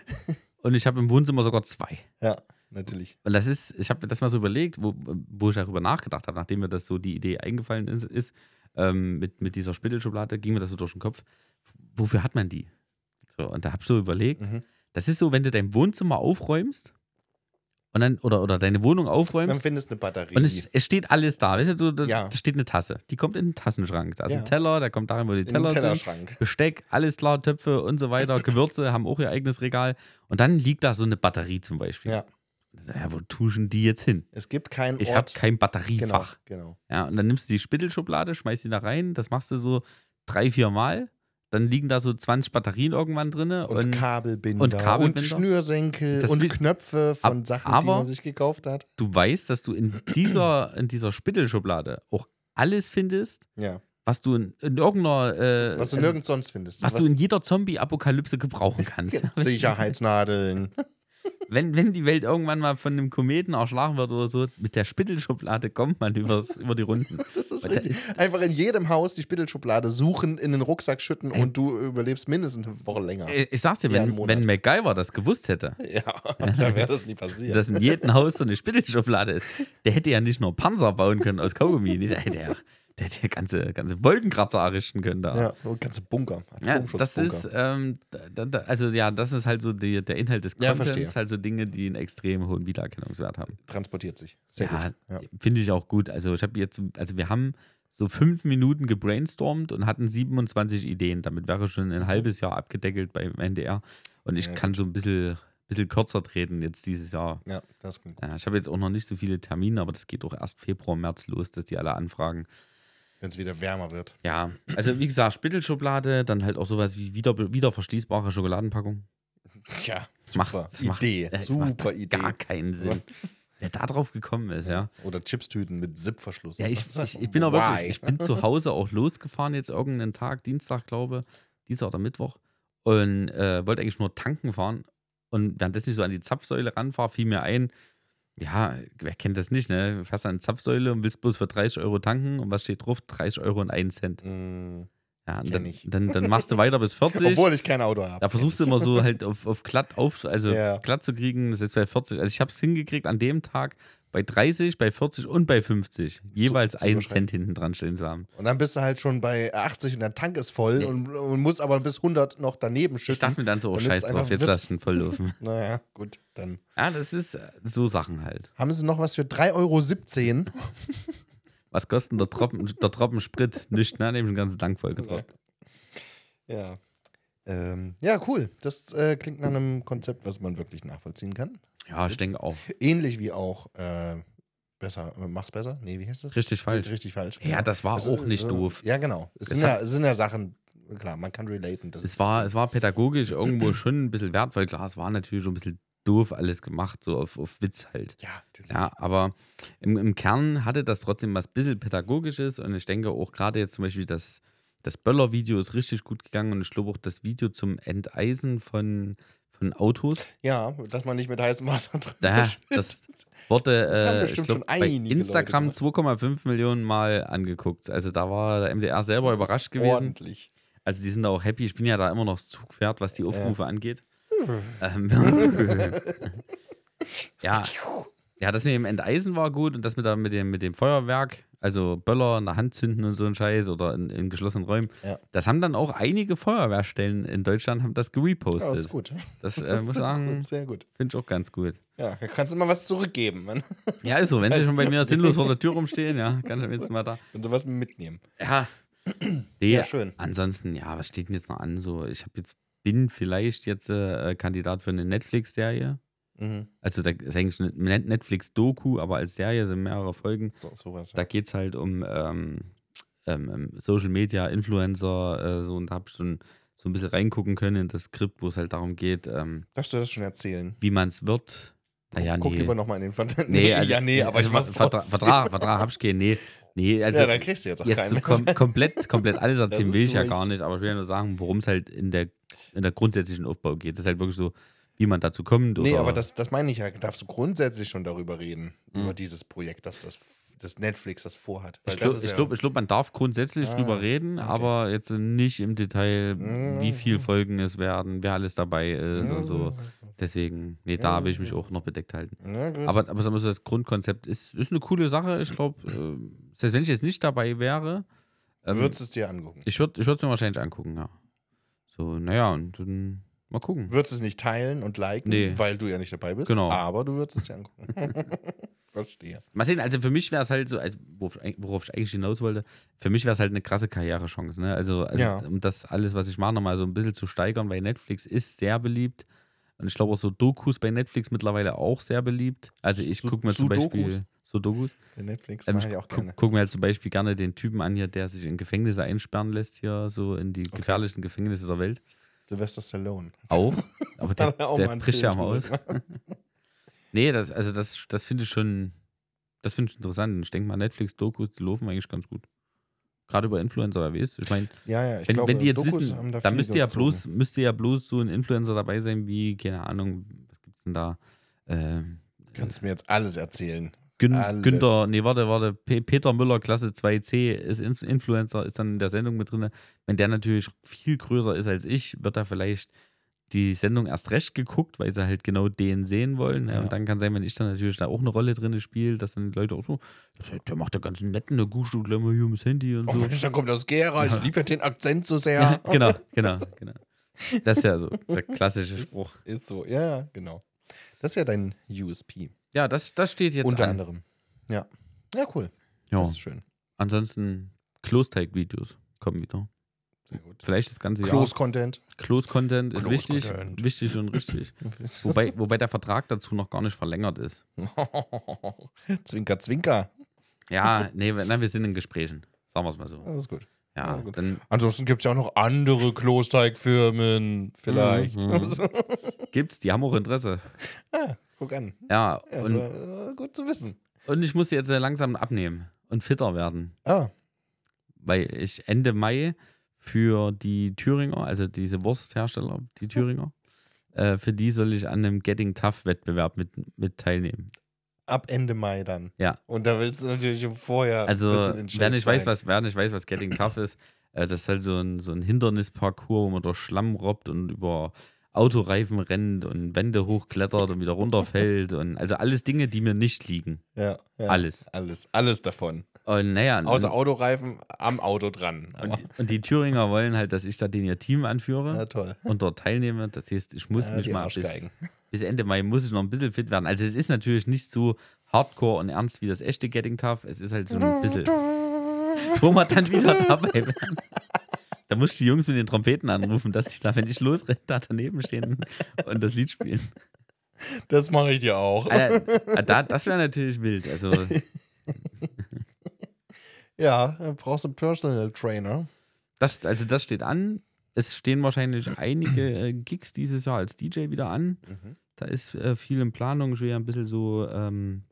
und ich habe im Wohnzimmer sogar zwei.
Ja, natürlich.
Und das ist, ich habe mir das mal so überlegt, wo, wo ich darüber nachgedacht habe, nachdem mir das so die Idee eingefallen ist, ist ähm, mit, mit dieser Spittelschublade, ging mir das so durch den Kopf. Wofür hat man die? So, und da habe ich so überlegt,
Mhm.
das ist so, wenn du dein Wohnzimmer aufräumst und dann, oder, oder deine Wohnung
Dann
aufräumst
findest du eine Batterie.
Und es, es steht alles da. Weißt du, du, da
Ja.
steht eine Tasse. Die kommt in den Tassenschrank. Da ist
Ja.
ein Teller, da kommt darin, wo die
in den
Teller sind.
Tellerschrank.
Besteck, alles klar,
(laughs)
Töpfe und so weiter. Gewürze haben auch ihr eigenes Regal. Und dann liegt da so eine Batterie zum Beispiel.
Ja.
Ja, wo tuschen die jetzt hin?
Es gibt keinen
Ich habe
Ort.
kein
genau,
Batteriefach.
genau.
Ja, und dann nimmst du die Spittelschublade, schmeißt die da rein, das machst du so drei, vier Mal. Dann liegen da so 20 Batterien irgendwann drin. Und,
Und, Kabelbinder
und
und,
Kabelbinder.
Schnürsenkel
Das
und
will-
Knöpfe von
Ab-
Sachen, die
aber-
man sich gekauft hat.
du weißt, dass du in dieser, in dieser Spittelschublade auch alles findest,
Ja.
was du in, in irgendeiner. Äh,
Was du
also,
nirgends sonst findest.
was du in jeder Zombie-Apokalypse gebrauchen kannst. (laughs)
Sicherheitsnadeln.
Wenn, wenn die Welt irgendwann mal von einem Kometen erschlagen wird oder so, mit der Spittelschublade kommt man
(laughs)
übers, über die Runden.
Das ist
Weil da
richtig. Einfach in jedem Haus die Spittelschublade suchen, in den Rucksack schütten
Ey.
und du überlebst mindestens eine Woche länger.
Äh, Ich sag's dir,
Ja,
wenn,
einen Monat.
wenn MacGyver das gewusst hätte, (laughs)
Ja, dann wäre das nie passiert.
dass in jedem Haus so eine Spittelschublade ist. Der hätte ja nicht nur Panzer bauen können aus Kaugummi, nee, der hätte ja, der hätte ja ganze, ganze Wolkenkratzer errichten können da.
ja, so ganze Bunker.
Ja, das ist, ähm, da, da, also ja, das ist halt so die, der Inhalt des
Ja,
Contents,
verstehe.
halt so Dinge, die einen extrem hohen Wiedererkennungswert haben.
Transportiert sich. Sehr
ja,
gut. Ja.
finde ich auch gut. Also ich habe jetzt, also wir haben so fünf Minuten gebrainstormt und hatten 27 Ideen. Damit wäre schon ein halbes Jahr abgedeckelt beim NDR. Und ich
Mhm. Ja,
kann so ein bisschen, bisschen kürzer treten jetzt dieses Jahr.
Ja, das klingt gut.
Ja, ich habe jetzt auch noch nicht so viele Termine, aber das geht auch erst Februar, März los, dass die alle anfragen.
Wenn es wieder wärmer wird.
Ja, also wie gesagt, Spittelschublade, dann halt auch sowas wie wieder, wieder verschließbare Schokoladenpackung.
Tja,
Macht-
super
macht-
Idee.
äh, macht
super Idee.
Gar keinen
(laughs)
Sinn. Wer da drauf gekommen ist, ja.
Oder Chipstüten mit Zipverschluss.
Ja, ich, ich, ich bin auch wirklich, ich bin zu Hause auch losgefahren jetzt irgendeinen Tag, Dienstag glaube, Dienstag oder Mittwoch und äh, wollte eigentlich nur tanken fahren und währenddessen ich so an die Zapfsäule ranfahre, fiel mir ein, ja, wer kennt das nicht, ne? Du fährst an die Zapfsäule und willst bloß für 30 Euro tanken und was steht drauf? 30 Euro und 1 Cent.
Mm,
Ja, und
Kenn
dann,
ich.
dann, dann machst du weiter
(laughs)
bis 40.
Obwohl ich kein Auto habe.
Da versuchst du immer so halt auf, auf glatt auf, also
Ja.
glatt zu kriegen, das ist bei 40. Also ich habe es hingekriegt an dem Tag bei 30, bei 40 und bei 50. Jeweils
zu
einen
überschreiten.
Cent hinten dran stehen zu haben.
Und dann bist du halt schon bei 80 und der Tank ist voll
Nee.
und, und musst aber bis 100 noch daneben
Ich
schütten.
dachte mir dann so, oh,
Damit's
scheiß drauf,
einfach
jetzt
wird.
lass schon voll
(laughs)
laufen.
Naja, gut, dann.
ja, das ist äh, so Sachen halt.
Haben sie noch was
(laughs)
für 3,17 Euro?
Was kostet denn der Tropfen, der Tropfen Sprit? Nicht, ne? Nämlich einen ganzen Tank voll getroppt.
Ja. Ähm, ja, cool. Das äh, klingt nach einem Konzept, was man wirklich nachvollziehen kann.
Ja, ich denke auch.
Ähnlich wie auch äh, besser, äh, mach's besser. Nee, wie heißt das?
Richtig falsch.
Richtig falsch.
Ja, das war
Es-
Ah, auch nicht
äh,
doof.
Ja, genau. Es sind, ja, es sind ja Sachen, klar, man kann relaten. Das
Es
ist
war,
das
es war pädagogisch irgendwo schon ein bisschen wertvoll. Klar, es war natürlich schon ein bisschen doof alles gemacht, so auf, auf Witz halt.
Ding. ja, natürlich.
Ja, aber im, im Kern hatte das trotzdem was bisschen Pädagogisches und ich denke auch gerade jetzt zum Beispiel das, das Böller-Video ist richtig gut gegangen und ich glaube auch das Video zum Enteisen von, von Autos.
Ja, dass man nicht mit heißem Wasser (laughs) drin
Da,
ist.
das wurde
(laughs) Das haben
äh, ich
bestimmt
glaub,
schon
bei
einige
Instagram
Leute
2,5 Millionen Mal angeguckt. Also da war der MDR selber
Das ist
überrascht gewesen.
Ordentlich.
Also die sind da auch happy. Ich bin ja da immer noch das Zugpferd, was die Aufrufe
(laughs)
angeht. Ähm, (laughs) ja, ja, das mit dem Enteisen war gut und das mit, der, mit, dem, mit dem Feuerwerk, also Böller in der Hand zünden und so ein Scheiß oder in, in geschlossenen Räumen,
Ja.
das haben dann auch einige Feuerwehrstellen in Deutschland haben das
Ja, das ist
gerepostet.
gut.
das
Das
äh,
ist
muss ich
sehr
sagen,
gut, Sehr gut.
finde ich auch ganz gut.
Ja, da kannst du immer was zurückgeben, (laughs) wenn,
Ja, ist so, wenn sie schon bei mir sinnlos vor der Tür rumstehen, ja, kann ich jetzt mal da.
wenn sie was mitnehmen. (clears throat)
Ja. Nee,
Ja, schön.
Ansonsten, ja, was steht denn jetzt noch an? So, ich habe jetzt, bin vielleicht jetzt äh, Kandidat für eine Netflix-Serie.
Mhm.
Also da ist eigentlich eine Net- Netflix-Doku, aber als Serie sind mehrere Folgen.
So, sowas.
Da
Ja.
geht es halt um ähm, ähm, ähm, Social Media, Influencer, äh, so und da habe ich schon so ein bisschen reingucken können in das Skript, wo es halt darum geht, ähm,
Darfst du das schon erzählen?
wie man es wird. Naja,
Guck
Ah, nee.
lieber nochmal in den Vertrag.
nee, also,
(laughs) ja, nee, aber
also
ich mach's
Vertrag,
trotzdem.
Vertrag, Vertrag hab ich keinen, nee. Nee, also
ja, dann kriegst du jetzt auch
jetzt
keinen.
so kom
(laughs)
komplett, komplett alles erzählen
ist
will ich ja
durch.
gar nicht, aber ich will ja nur sagen, worum es halt in der, in der grundsätzlichen Aufbau geht. Das ist halt wirklich so, wie man dazu kommt.
nee,
oder-
aber das, das meine ich ja. Darfst du grundsätzlich schon darüber reden,
Mhm.
über dieses Projekt, dass das, das Netflix das vorhat. Weil
Ich
das
glaube,
ist
ich
ja-
glaub, ich glaub, man darf grundsätzlich
Ah,
drüber reden,
okay.
aber jetzt nicht im Detail,
Mhm.
wie viel Folgen es werden, wer alles dabei ist und so. Deswegen, nee, da will ich
Mhm.
mich auch noch bedeckt halten.
Na gut.
Aber, aber sagen wir so, das Grundkonzept ist, ist eine coole Sache. Ich
Mhm.
glaube, äh, selbst wenn ich jetzt nicht dabei wäre, ähm,
Würdest du es dir angucken?
ich würde es mir wahrscheinlich angucken, ja. So, naja, und dann mal gucken.
Würdest es nicht teilen und liken,
Nee.
weil du ja nicht dabei bist.
Genau.
Aber du würdest es dir angucken. (laughs) Verstehe.
Mal sehen, also für mich wäre es halt so, also worauf, ich eig- worauf ich eigentlich hinaus wollte, für mich wäre es halt eine krasse Karrierechance. Ne? Also, also
Ja.
um das alles, was ich mache, nochmal so ein bisschen zu steigern, weil Netflix ist sehr beliebt. Und ich glaube auch so Dokus bei Netflix mittlerweile auch sehr beliebt. Also ich
Su-
gucke mir zum
Sudokus?
Beispiel so Dokus.
Der Netflix
Ähm,
mache
ich
ich auch
gu
gerne.
gucke mir halt zum Beispiel gerne den Typen an hier, der sich in Gefängnisse einsperren lässt hier, so in die gefährlichsten Gefängnisse der Welt.
Sylvester Stallone.
Auch. Aber der,
(laughs) Hat er auch mal
der
einen
bricht ja
Film
mal aus.
drüber
nee, das, also das, das finde ich schon, das finde ich interessant. Und Ich denke mal, Netflix-Dokus, die laufen eigentlich ganz gut. Gerade über Influencer, wer weiß. Ich meine,
Ja, ja, ich
wenn,
glaube,
wenn die jetzt
Dokus haben
wissen,
da
da
viel
müsste ja,
gezogen.
bloß, müsste ja bloß so ein Influencer dabei sein wie, keine Ahnung, was gibt's denn da? Ähm,
Kannst mir jetzt alles erzählen.
Gün,
Alles.
Günther, nee, warte, warte, Pe- Peter Müller, Klasse 2c, ist Ins- Influencer, ist dann in der Sendung mit drin. Wenn der natürlich viel größer ist als ich, wird da vielleicht die Sendung erst recht geguckt, weil sie halt genau den sehen wollen. Ne?
Ja.
Und dann kann sein, wenn ich dann natürlich da auch eine Rolle drin spiele, dass dann die Leute auch so, das, der macht ja ganz nett eine Gusche, gleich mal hier mit Handy und
Oh
so. (laughs)
Mensch, da kommt aus Gera. Ich liebe ja den Akzent so sehr.
Ja, genau, genau, genau. Das ist ja so der klassische Spruch.
Ist so, ja, genau. Das ist ja dein USP.
Ja, das, das steht jetzt
unter
an.
anderem. Ja. Ja, cool.
Ja,
Das ist schön.
ansonsten Klosteig-Videos kommen wieder.
Sehr gut.
Vielleicht das ganze Jahr.
Close-Content.
Close-Content ist wichtig,
Close-Content.
wichtig und
(laughs)
richtig. Wobei, wobei der Vertrag dazu noch gar nicht verlängert ist.
zwinker, zwinker. (laughs)
Ja, nee, wir- na, wir sind in Gesprächen. Sagen wir es mal so.
Das ist gut.
Ja,
Ja, gut.
dann
Ansonsten gibt es ja auch noch andere Klosteigfirmen, vielleicht. (laughs)
Mhm. gibt's, die haben auch Interesse.
ah, guck an.
Ja,
Ja,
und,
so, äh, gut zu wissen.
und ich muss jetzt äh, langsam abnehmen und fitter werden,
Ah,
weil ich Ende Mai für die Thüringer, also diese Wursthersteller, die Thüringer, äh, für die soll ich an einem Getting Tough Wettbewerb mit, mit teilnehmen.
ab Ende Mai dann.
Ja.
Und da willst du natürlich schon vorher
Also,
ein bisschen in Shape
wer nicht, weiß,
sein.
was, wer nicht weiß, was Getting Tough ist, äh, das ist halt so ein, so ein Hindernisparcours, wo man durch Schlamm robbt und über Autoreifen rennt und Wände hochklettert und wieder runterfällt. und Also alles Dinge, die mir nicht liegen.
Ja, ja.
Alles.
Alles, alles davon.
Und naja,
Außer
und,
Autoreifen am Auto dran. Aber-
und, und die Thüringer wollen halt, dass ich da den ihr Team anführe
Ja, toll.
und dort teilnehme. Das heißt, ich muss
Ja,
mich
die
mal bis,
Arschgeigen. (laughs)
bis Ende Mai muss ich noch ein bisschen fit werden. Also es ist natürlich nicht so hardcore und ernst wie das echte Getting Tough. Es ist halt so ein bisschen,
(laughs)
wo man dann wieder dabei wären. Da muss ich die Jungs mit den Trompeten anrufen, dass ich da, wenn ich losrenne, da daneben stehen und das Lied spielen.
Das mache ich dir auch.
Alter, da, das wäre natürlich wild. Also,
(laughs) Ja, du brauchst einen Personal Trainer.
das, also das steht an. Es stehen wahrscheinlich einige äh, Gigs dieses Jahr als DJ wieder an.
Mhm.
Da ist äh, viel in Planung. Ich will ja ein bisschen so ähm,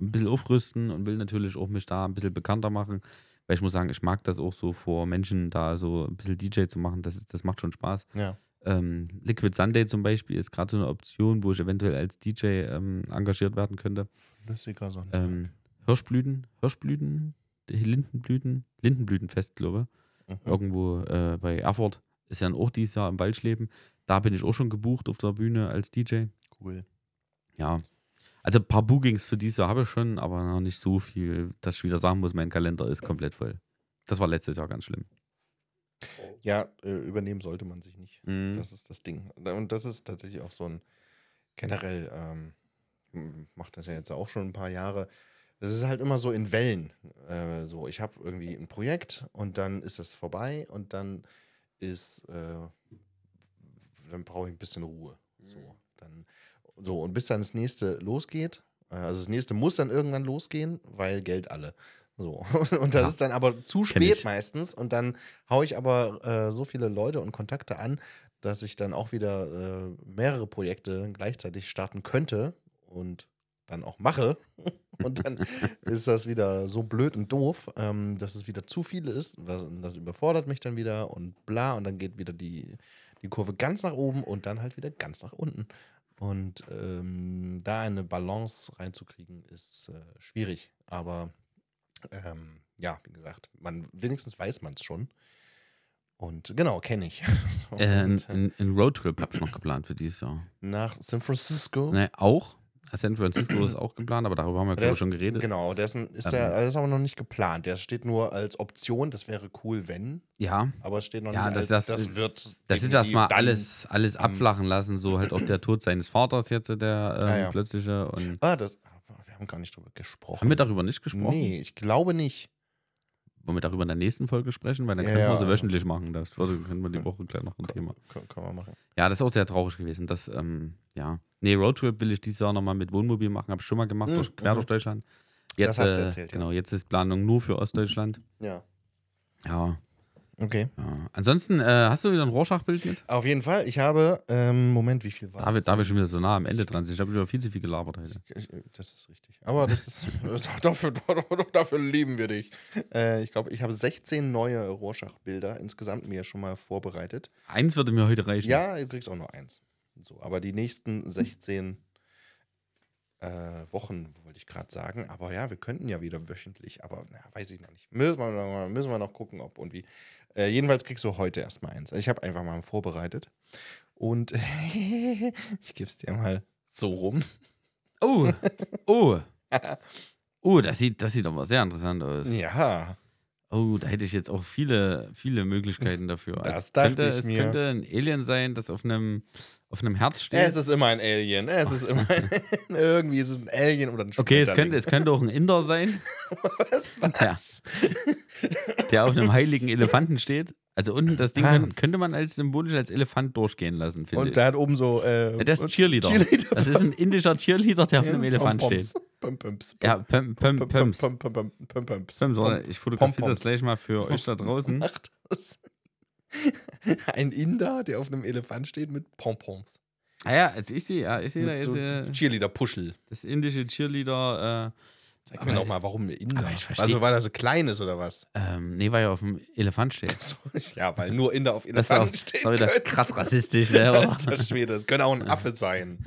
ein bisschen aufrüsten und will natürlich auch mich da ein bisschen bekannter machen. Weil ich muss sagen, ich mag das auch so vor Menschen da so ein bisschen DJ zu machen. Das, ist- das macht schon Spaß.
Ja.
Ähm, Liquid Sunday zum Beispiel ist gerade so eine Option, wo ich eventuell als DJ ähm, engagiert werden könnte.
Flüssiger Sonne.
Ähm, Hirschblüten, Hirschblüten, die Lindenblüten, Lindenblütenfest, glaube
Mhm.
ich. Irgendwo äh, bei Erfurt ist ja auch dieses Jahr im Waldschleben. Da bin ich auch schon gebucht auf der Bühne als DJ.
Cool.
Ja. Also ein paar Bookings für dieses Jahr habe ich schon, aber noch nicht so viel, dass ich wieder sagen muss, mein Kalender ist komplett voll. Das war letztes Jahr ganz schlimm.
Ja, äh, übernehmen sollte man sich nicht.
Mhm.
Das ist das Ding. Und das ist tatsächlich auch so ein generell, ähm, m- macht das ja jetzt auch schon ein paar Jahre. Es ist halt immer so in Wellen. Äh, so, ich habe irgendwie ein Projekt und dann ist das vorbei und dann ist, äh, dann brauche ich ein bisschen Ruhe. So, dann, so, und bis dann das nächste losgeht, äh, also das nächste muss dann irgendwann losgehen, weil Geld alle. So. (laughs) Und das
Ja.
ist dann aber zu
Kenn
spät
ich.
meistens. Und dann haue ich aber äh, so viele Leute und Kontakte an, dass ich dann auch wieder äh, mehrere Projekte gleichzeitig starten könnte und dann auch mache. (laughs) Und dann ist das wieder so blöd und doof, ähm, dass es wieder zu viel ist. Was, das überfordert mich dann wieder und bla. Und dann geht wieder die, die Kurve ganz nach oben und dann halt wieder ganz nach unten. Und ähm, da eine Balance reinzukriegen, ist äh, schwierig. Aber ähm, ja, wie gesagt, man wenigstens weiß man es schon. Und genau, kenne ich. (laughs) So,
Äh, ein,
und, äh,
ein, ein Roadtrip habe ich noch geplant für dieses Jahr.
nach San Francisco.
Ne, auch. San Francisco ist auch geplant, aber darüber haben wir
Der
gerade
ist-
schon geredet.
Genau, dessen ist
Ähm.
der, das ist aber noch nicht geplant. Der steht nur als Option, das wäre cool, wenn,
Ja,
aber es steht noch
Ja,
nicht
das-
als,
das-
wird
das ist
definitiv
erstmal
dann-
alles, alles abflachen lassen, so halt auch der Tod seines Vaters jetzt, der ähm,
Ja, ja.
plötzliche. Und
Ah, das, aber wir haben gar nicht drüber gesprochen.
haben wir darüber nicht gesprochen?
Nee, ich glaube nicht.
Wollen wir darüber in der nächsten Folge sprechen? Weil dann
Ja,
können wir
ja,
sie
also-
wöchentlich machen. Das also können wir die Woche gleich noch ein Thema.
Kann, kann man machen.
Ja, das ist auch sehr traurig gewesen. Das, ähm, ja. Nee, Roadtrip will ich dieses Jahr nochmal mit Wohnmobil machen. Habe ich schon mal gemacht,
Mhm,
durch, quer
mhm.
durch Deutschland.
Das hast du
äh,
erzählt, ja. Mhm.
Genau, jetzt ist Planung nur für Ostdeutschland.
Ja.
Ja.
Okay.
ja. Ansonsten, äh, hast du wieder ein Rorschach-Bild mit?
Auf jeden Fall, ich habe, ähm, Moment, wie viel war
Da, wir-
das?
da wir schon wieder so nah am Ende dran sind. Ich habe wieder viel zu viel gelabert heute.
Ich- äh, Das ist richtig. Aber das ist, (laughs) äh, dafür, dafür lieben wir dich. Äh, ich glaube, ich habe 16 neue Rorschach-Bilder insgesamt mir schon mal vorbereitet.
Eins würde mir heute reichen.
Ja, du kriegst auch nur eins. So, aber die
Hm.
nächsten 16 äh, Wochen, wollte ich gerade sagen. Aber ja, wir könnten ja wieder wöchentlich, aber na, weiß ich noch nicht. Müssen wir noch, müssen wir noch gucken, ob und wie. Äh, jedenfalls kriegst du heute erstmal eins. Also Ich habe einfach mal vorbereitet. Und (laughs) ich gebe es dir mal so rum. (laughs)
Oh, oh. Oh, das sieht, das sieht aber sehr interessant aus.
Ja.
Oh, da hätte ich jetzt auch viele, viele Möglichkeiten dafür.
Das
es
dachte
könnte,
ich
es
mir.
könnte ein Alien sein, das auf einem, auf einem Herz steht.
Es ist immer ein Alien. Es ist
(laughs)
immer (laughs) ein, irgendwie ist es ein Alien oder ein
okay, es
Schmetterling.
könnte, es könnte auch ein Inder sein, (laughs)
Was? Was?
der auf einem heiligen Elefanten steht. Also unten das Ding
Ah.
könnte- könnte man als symbolisch als Elefant durchgehen lassen, finde
Und
ich.
da hat oben so. Äh,
Ja, Das ist ein Cheerleader.
Cheerleader.
Das ist ein indischer Cheerleader, der auf einem Elefant steht.
Pumps.
Ja, Pum, Pum, Pums. Pums.
Pumps.
oder? Ich fotografiere das
Pom-Poms.
gleich mal für euch da draußen.
(laughs) Macht das. Ein Inder, der auf einem Elefant steht mit Pompons.
Ah ja, jetzt ich sehe, ja, ich sehe da
Mit
jetzt
so
äh,
Cheerleader-Puschel.
das indische Cheerleader.
Zeig mir
Aber-
nochmal, warum Inder?
aber ich versteh-
also, weil er so klein ist oder was?
Äh, ähm, nee, weil er auf dem Elefant steht.
So, (laughs) Ja, weil nur Inder auf
Das ist auch,
Elefanten
das
stehen
war wieder
können. (laughs)
krass rassistisch, ne? aber-
Alter Schwede, das könnte auch ein Affe sein.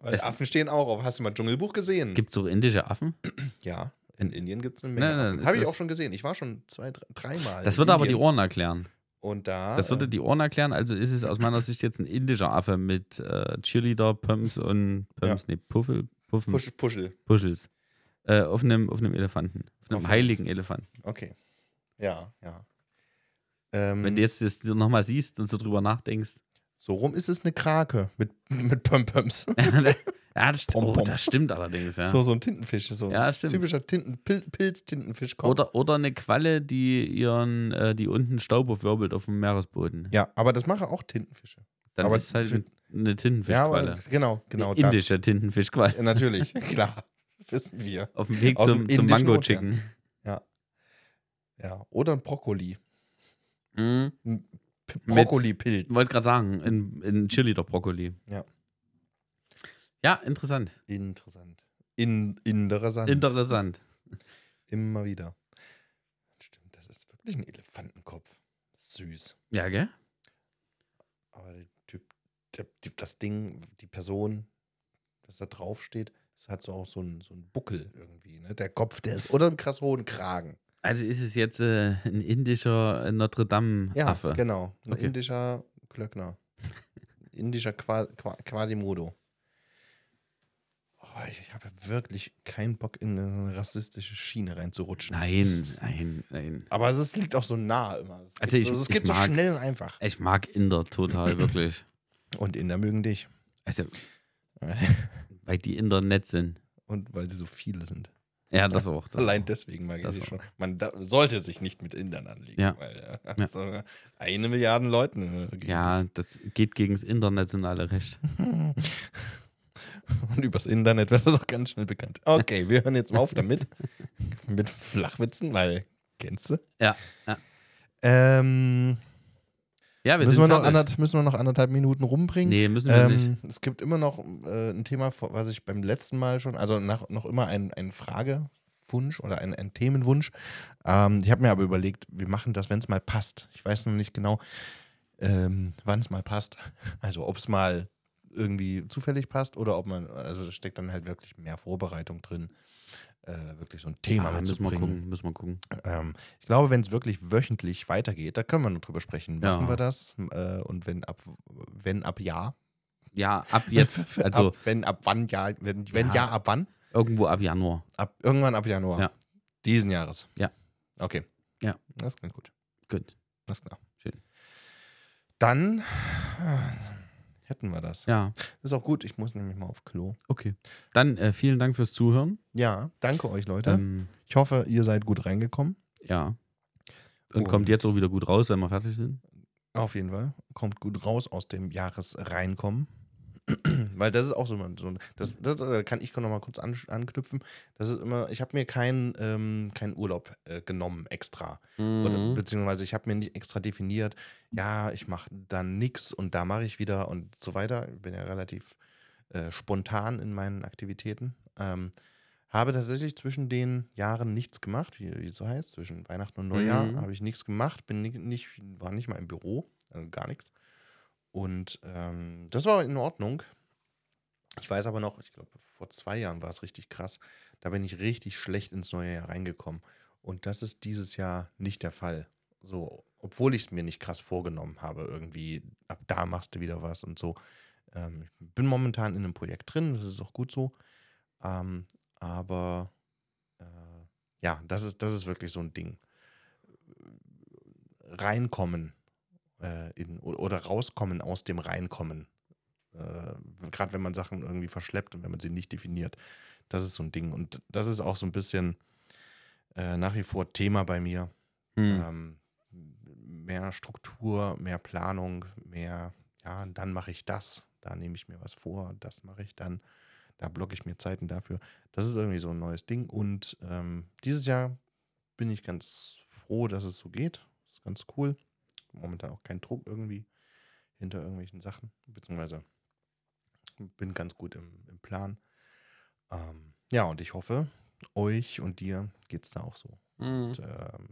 Weil
Es-
Affen stehen auch auf. Hast du mal Dschungelbuch gesehen?
Gibt es auch indische Affen?
ja, in Indien gibt es eine Menge.
Nein, nein,
Affen.
ist
Habe ich
das-
auch schon gesehen. Ich war schon zwei, dr- dreimal.
Das
in
würde aber die
Indien.
Ohren erklären.
Und da.
Das würde
äh,
die Ohren erklären. Also ist es aus meiner Sicht jetzt ein indischer Affe mit äh, Cheerleader, Pumps und Pumps, nee, Puffel, Puffen,
Puschel, Puschel.
Puschels. Äh, auf, einem, auf einem Elefanten. Auf einem
Auf-
heiligen Elefanten.
Okay. Ja, ja. Ähm,
Wenn du jetzt das nochmal siehst und so drüber
(laughs)
nachdenkst. (laughs)
so rum ist es eine Krake mit, (laughs) mit Pömpöms.
ja, das, st- oh,
Pom-Poms.
das stimmt allerdings, ja.
So, so ein Tintenfisch. So
Ja,
ein
stimmt.
typischer Tinten, Pil- Pilz-Tintenfisch kommt.
Oder, oder eine Qualle, die ihren, äh, die unten Staub aufwirbelt auf dem Meeresboden.
Ja, aber das machen auch Tintenfische.
Dann
aber
ist es halt
für-
eine
Ja, aber
Tintenfischqualle.
genau, genau
eine indische Tintenfischqualle.
das. Ja, Natürlich, (laughs) klar. Wissen wir.
Auf dem Weg
Aus
zum,
dem
zum
Indischen
Mango
Ozean.
Chicken.
Ja, oder ein Brokkoli.
Mhm.
P-
Mit-
Brokkolipilz.
Wollte gerade sagen, in, in Cheerleader-Brokkoli.
Ja.
Ja, interessant.
Interessant. In, interessant.
Interessant.
Immer wieder. Stimmt, das ist wirklich ein Elefantenkopf. Süß.
Ja, gell?
Aber der Typ, der Typ, das Ding, die Person, das da draufsteht, das hat so auch so einen so einen Buckel irgendwie. Ne? Der Kopf, der ist. Oder einen krass hohen Kragen.
Also ist es jetzt äh, ein indischer äh, Notre
Ja,
Dame-Affe.
genau. Ein
Okay.
indischer Klöckner. Ein indischer Qua Qua Quasimodo. Oh, ich ich habe wirklich keinen Bock, in eine rassistische Schiene reinzurutschen.
nein, nein, nein.
Aber es ist- liegt auch so nah immer. Es
Also
geht
ich-
so,
ich
es geht so
mag-
schnell und einfach.
Ich mag Inder total,
(laughs)
wirklich.
Und Inder mögen dich. (laughs)
Also, weil die Inder nett sind.
Und weil sie so viele sind.
Ja, das auch. Das
Allein
auch.
deswegen mag ich
Das
sie
auch.
schon. Man da, sollte sich nicht mit Indern anlegen.
Ja.
Weil, äh, so eine Milliarde Leuten. äh, gegen-
Ja, das geht gegen das internationale Recht.
Und (laughs) übers Internet wird das auch ganz schnell bekannt. Okay, wir hören jetzt mal
(laughs)
auf damit. mit Flachwitzen, weil kennst du?
Ja, ja.
Ähm,
Ja, wir
müssen, wir
sind
noch
fertig.
anderth- müssen wir noch anderthalb Minuten rumbringen?
Nee, müssen wir nicht.
Ähm, es gibt immer noch äh, ein Thema, vor- was ich beim letzten Mal schon, also nach, noch immer ein, ein Fragewunsch oder ein, ein Themenwunsch. Ähm, ich habe mir aber überlegt, wir machen das, wenn es mal passt. Ich weiß noch nicht genau, ähm, wann es mal passt. (laughs) Also ob es mal irgendwie zufällig passt oder ob man, also da steckt dann halt wirklich mehr Vorbereitung drin, äh, wirklich so ein Thema
Ah, müssen wir
mitzubringen.
gucken, müssen wir gucken.
Ähm, ich glaube, wenn es wirklich wöchentlich weitergeht, da können wir noch drüber sprechen.
Ja.
Machen wir das? Äh, und wenn ab, wenn ab Jahr?
Ja, ab
(laughs)
jetzt, also
ab, wenn ab wann Jahr? Wenn, wenn
Ja.
ja. ab wann?
irgendwo ab Januar.
Ab, irgendwann ab Januar.
Ja.
Diesen Jahres.
Ja.
Okay.
Ja.
Das klingt gut.
Gut.
Das ist klar.
Schön.
Dann äh, hätten wir das.
Ja,
Ist auch gut. Ich muss nämlich mal auf Klo.
okay. Dann äh, vielen Dank fürs Zuhören.
Ja, danke euch, Leute.
Ähm,
ich hoffe, ihr seid gut reingekommen.
ja, Und kommt jetzt auch wieder gut raus, wenn wir fertig sind.
Auf jeden Fall. Kommt gut raus aus dem Jahresreinkommen. (clears throat) Weil das ist auch so, immer so ein- das, das äh, kann ich noch mal kurz an, anknüpfen. Das ist immer, ich habe mir keinen ähm, keinen Urlaub äh, genommen extra.
Mhm.
Oder, beziehungsweise ich habe mir nicht extra definiert, ja, ich mache dann nix und da mache ich wieder und so weiter. Ich bin ja relativ äh, spontan in meinen Aktivitäten. Ähm, habe tatsächlich zwischen den Jahren nichts gemacht, wie, wie es so heißt, zwischen Weihnachten und Neujahr
Mhm.
habe ich nichts gemacht, bin ni- nicht, war nicht mal im Büro, also gar nichts. Und ähm, das war in Ordnung. Ich weiß aber noch, ich glaube, vor zwei Jahren war es richtig krass. Da bin ich richtig schlecht ins neue Jahr reingekommen. Und das ist dieses Jahr nicht der Fall. So, obwohl ich es mir nicht krass vorgenommen habe, irgendwie, ab da machst du wieder was und so. Ähm, ich bin momentan in einem Projekt drin, das ist auch gut so. Ähm, aber äh, ja, das ist, das ist wirklich so ein Ding. Reinkommen äh, in, o- oder rauskommen aus dem Reinkommen. Äh, Gerade wenn man Sachen irgendwie verschleppt und wenn man sie nicht definiert. Das ist so ein Ding. Und das ist auch so ein bisschen äh, nach wie vor Thema bei mir.
Mhm.
Ähm, mehr Struktur, mehr Planung, mehr, ja, und dann mache ich das, da nehme ich mir was vor, das mache ich dann, da blocke ich mir Zeiten dafür. Das ist irgendwie so ein neues Ding. Und ähm, dieses Jahr bin ich ganz froh, dass es so geht. Ist ganz cool. Momentan auch kein Druck irgendwie hinter irgendwelchen Sachen, beziehungsweise bin ganz gut im, im Plan. Ähm, ja, und ich hoffe, euch und dir geht es da auch so
Mhm.
und ähm,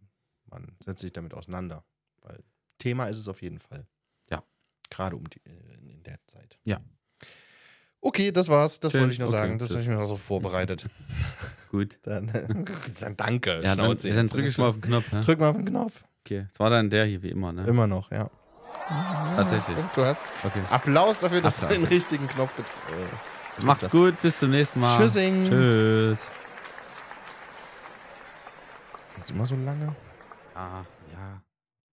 man setzt sich damit auseinander. Weil Thema ist es auf jeden Fall.
Ja.
Gerade um die, äh, in in der Zeit.
Ja.
Okay, das war's. Das
Schön.
wollte ich nur
Okay,
sagen. Das
tschüss.
habe ich mir noch
(laughs)
so vorbereitet.
Gut.
Dann, (laughs) dann danke.
Ja, dann,
Schnauze
dann
jetzt.
drücke ich mal auf den Knopf. Ne?
Drück mal auf den Knopf.
Okay. Das war dann der hier, wie immer. Ne?
Immer noch, ja.
Tatsächlich.
Du hast
Okay.
Applaus dafür, dass
Applaus.
du den richtigen Knopf gedrückt äh,
Macht's
hast.
gut. Bis zum nächsten Mal.
Tschüssing.
Tschüss.
Das ist immer so lange.
Ah.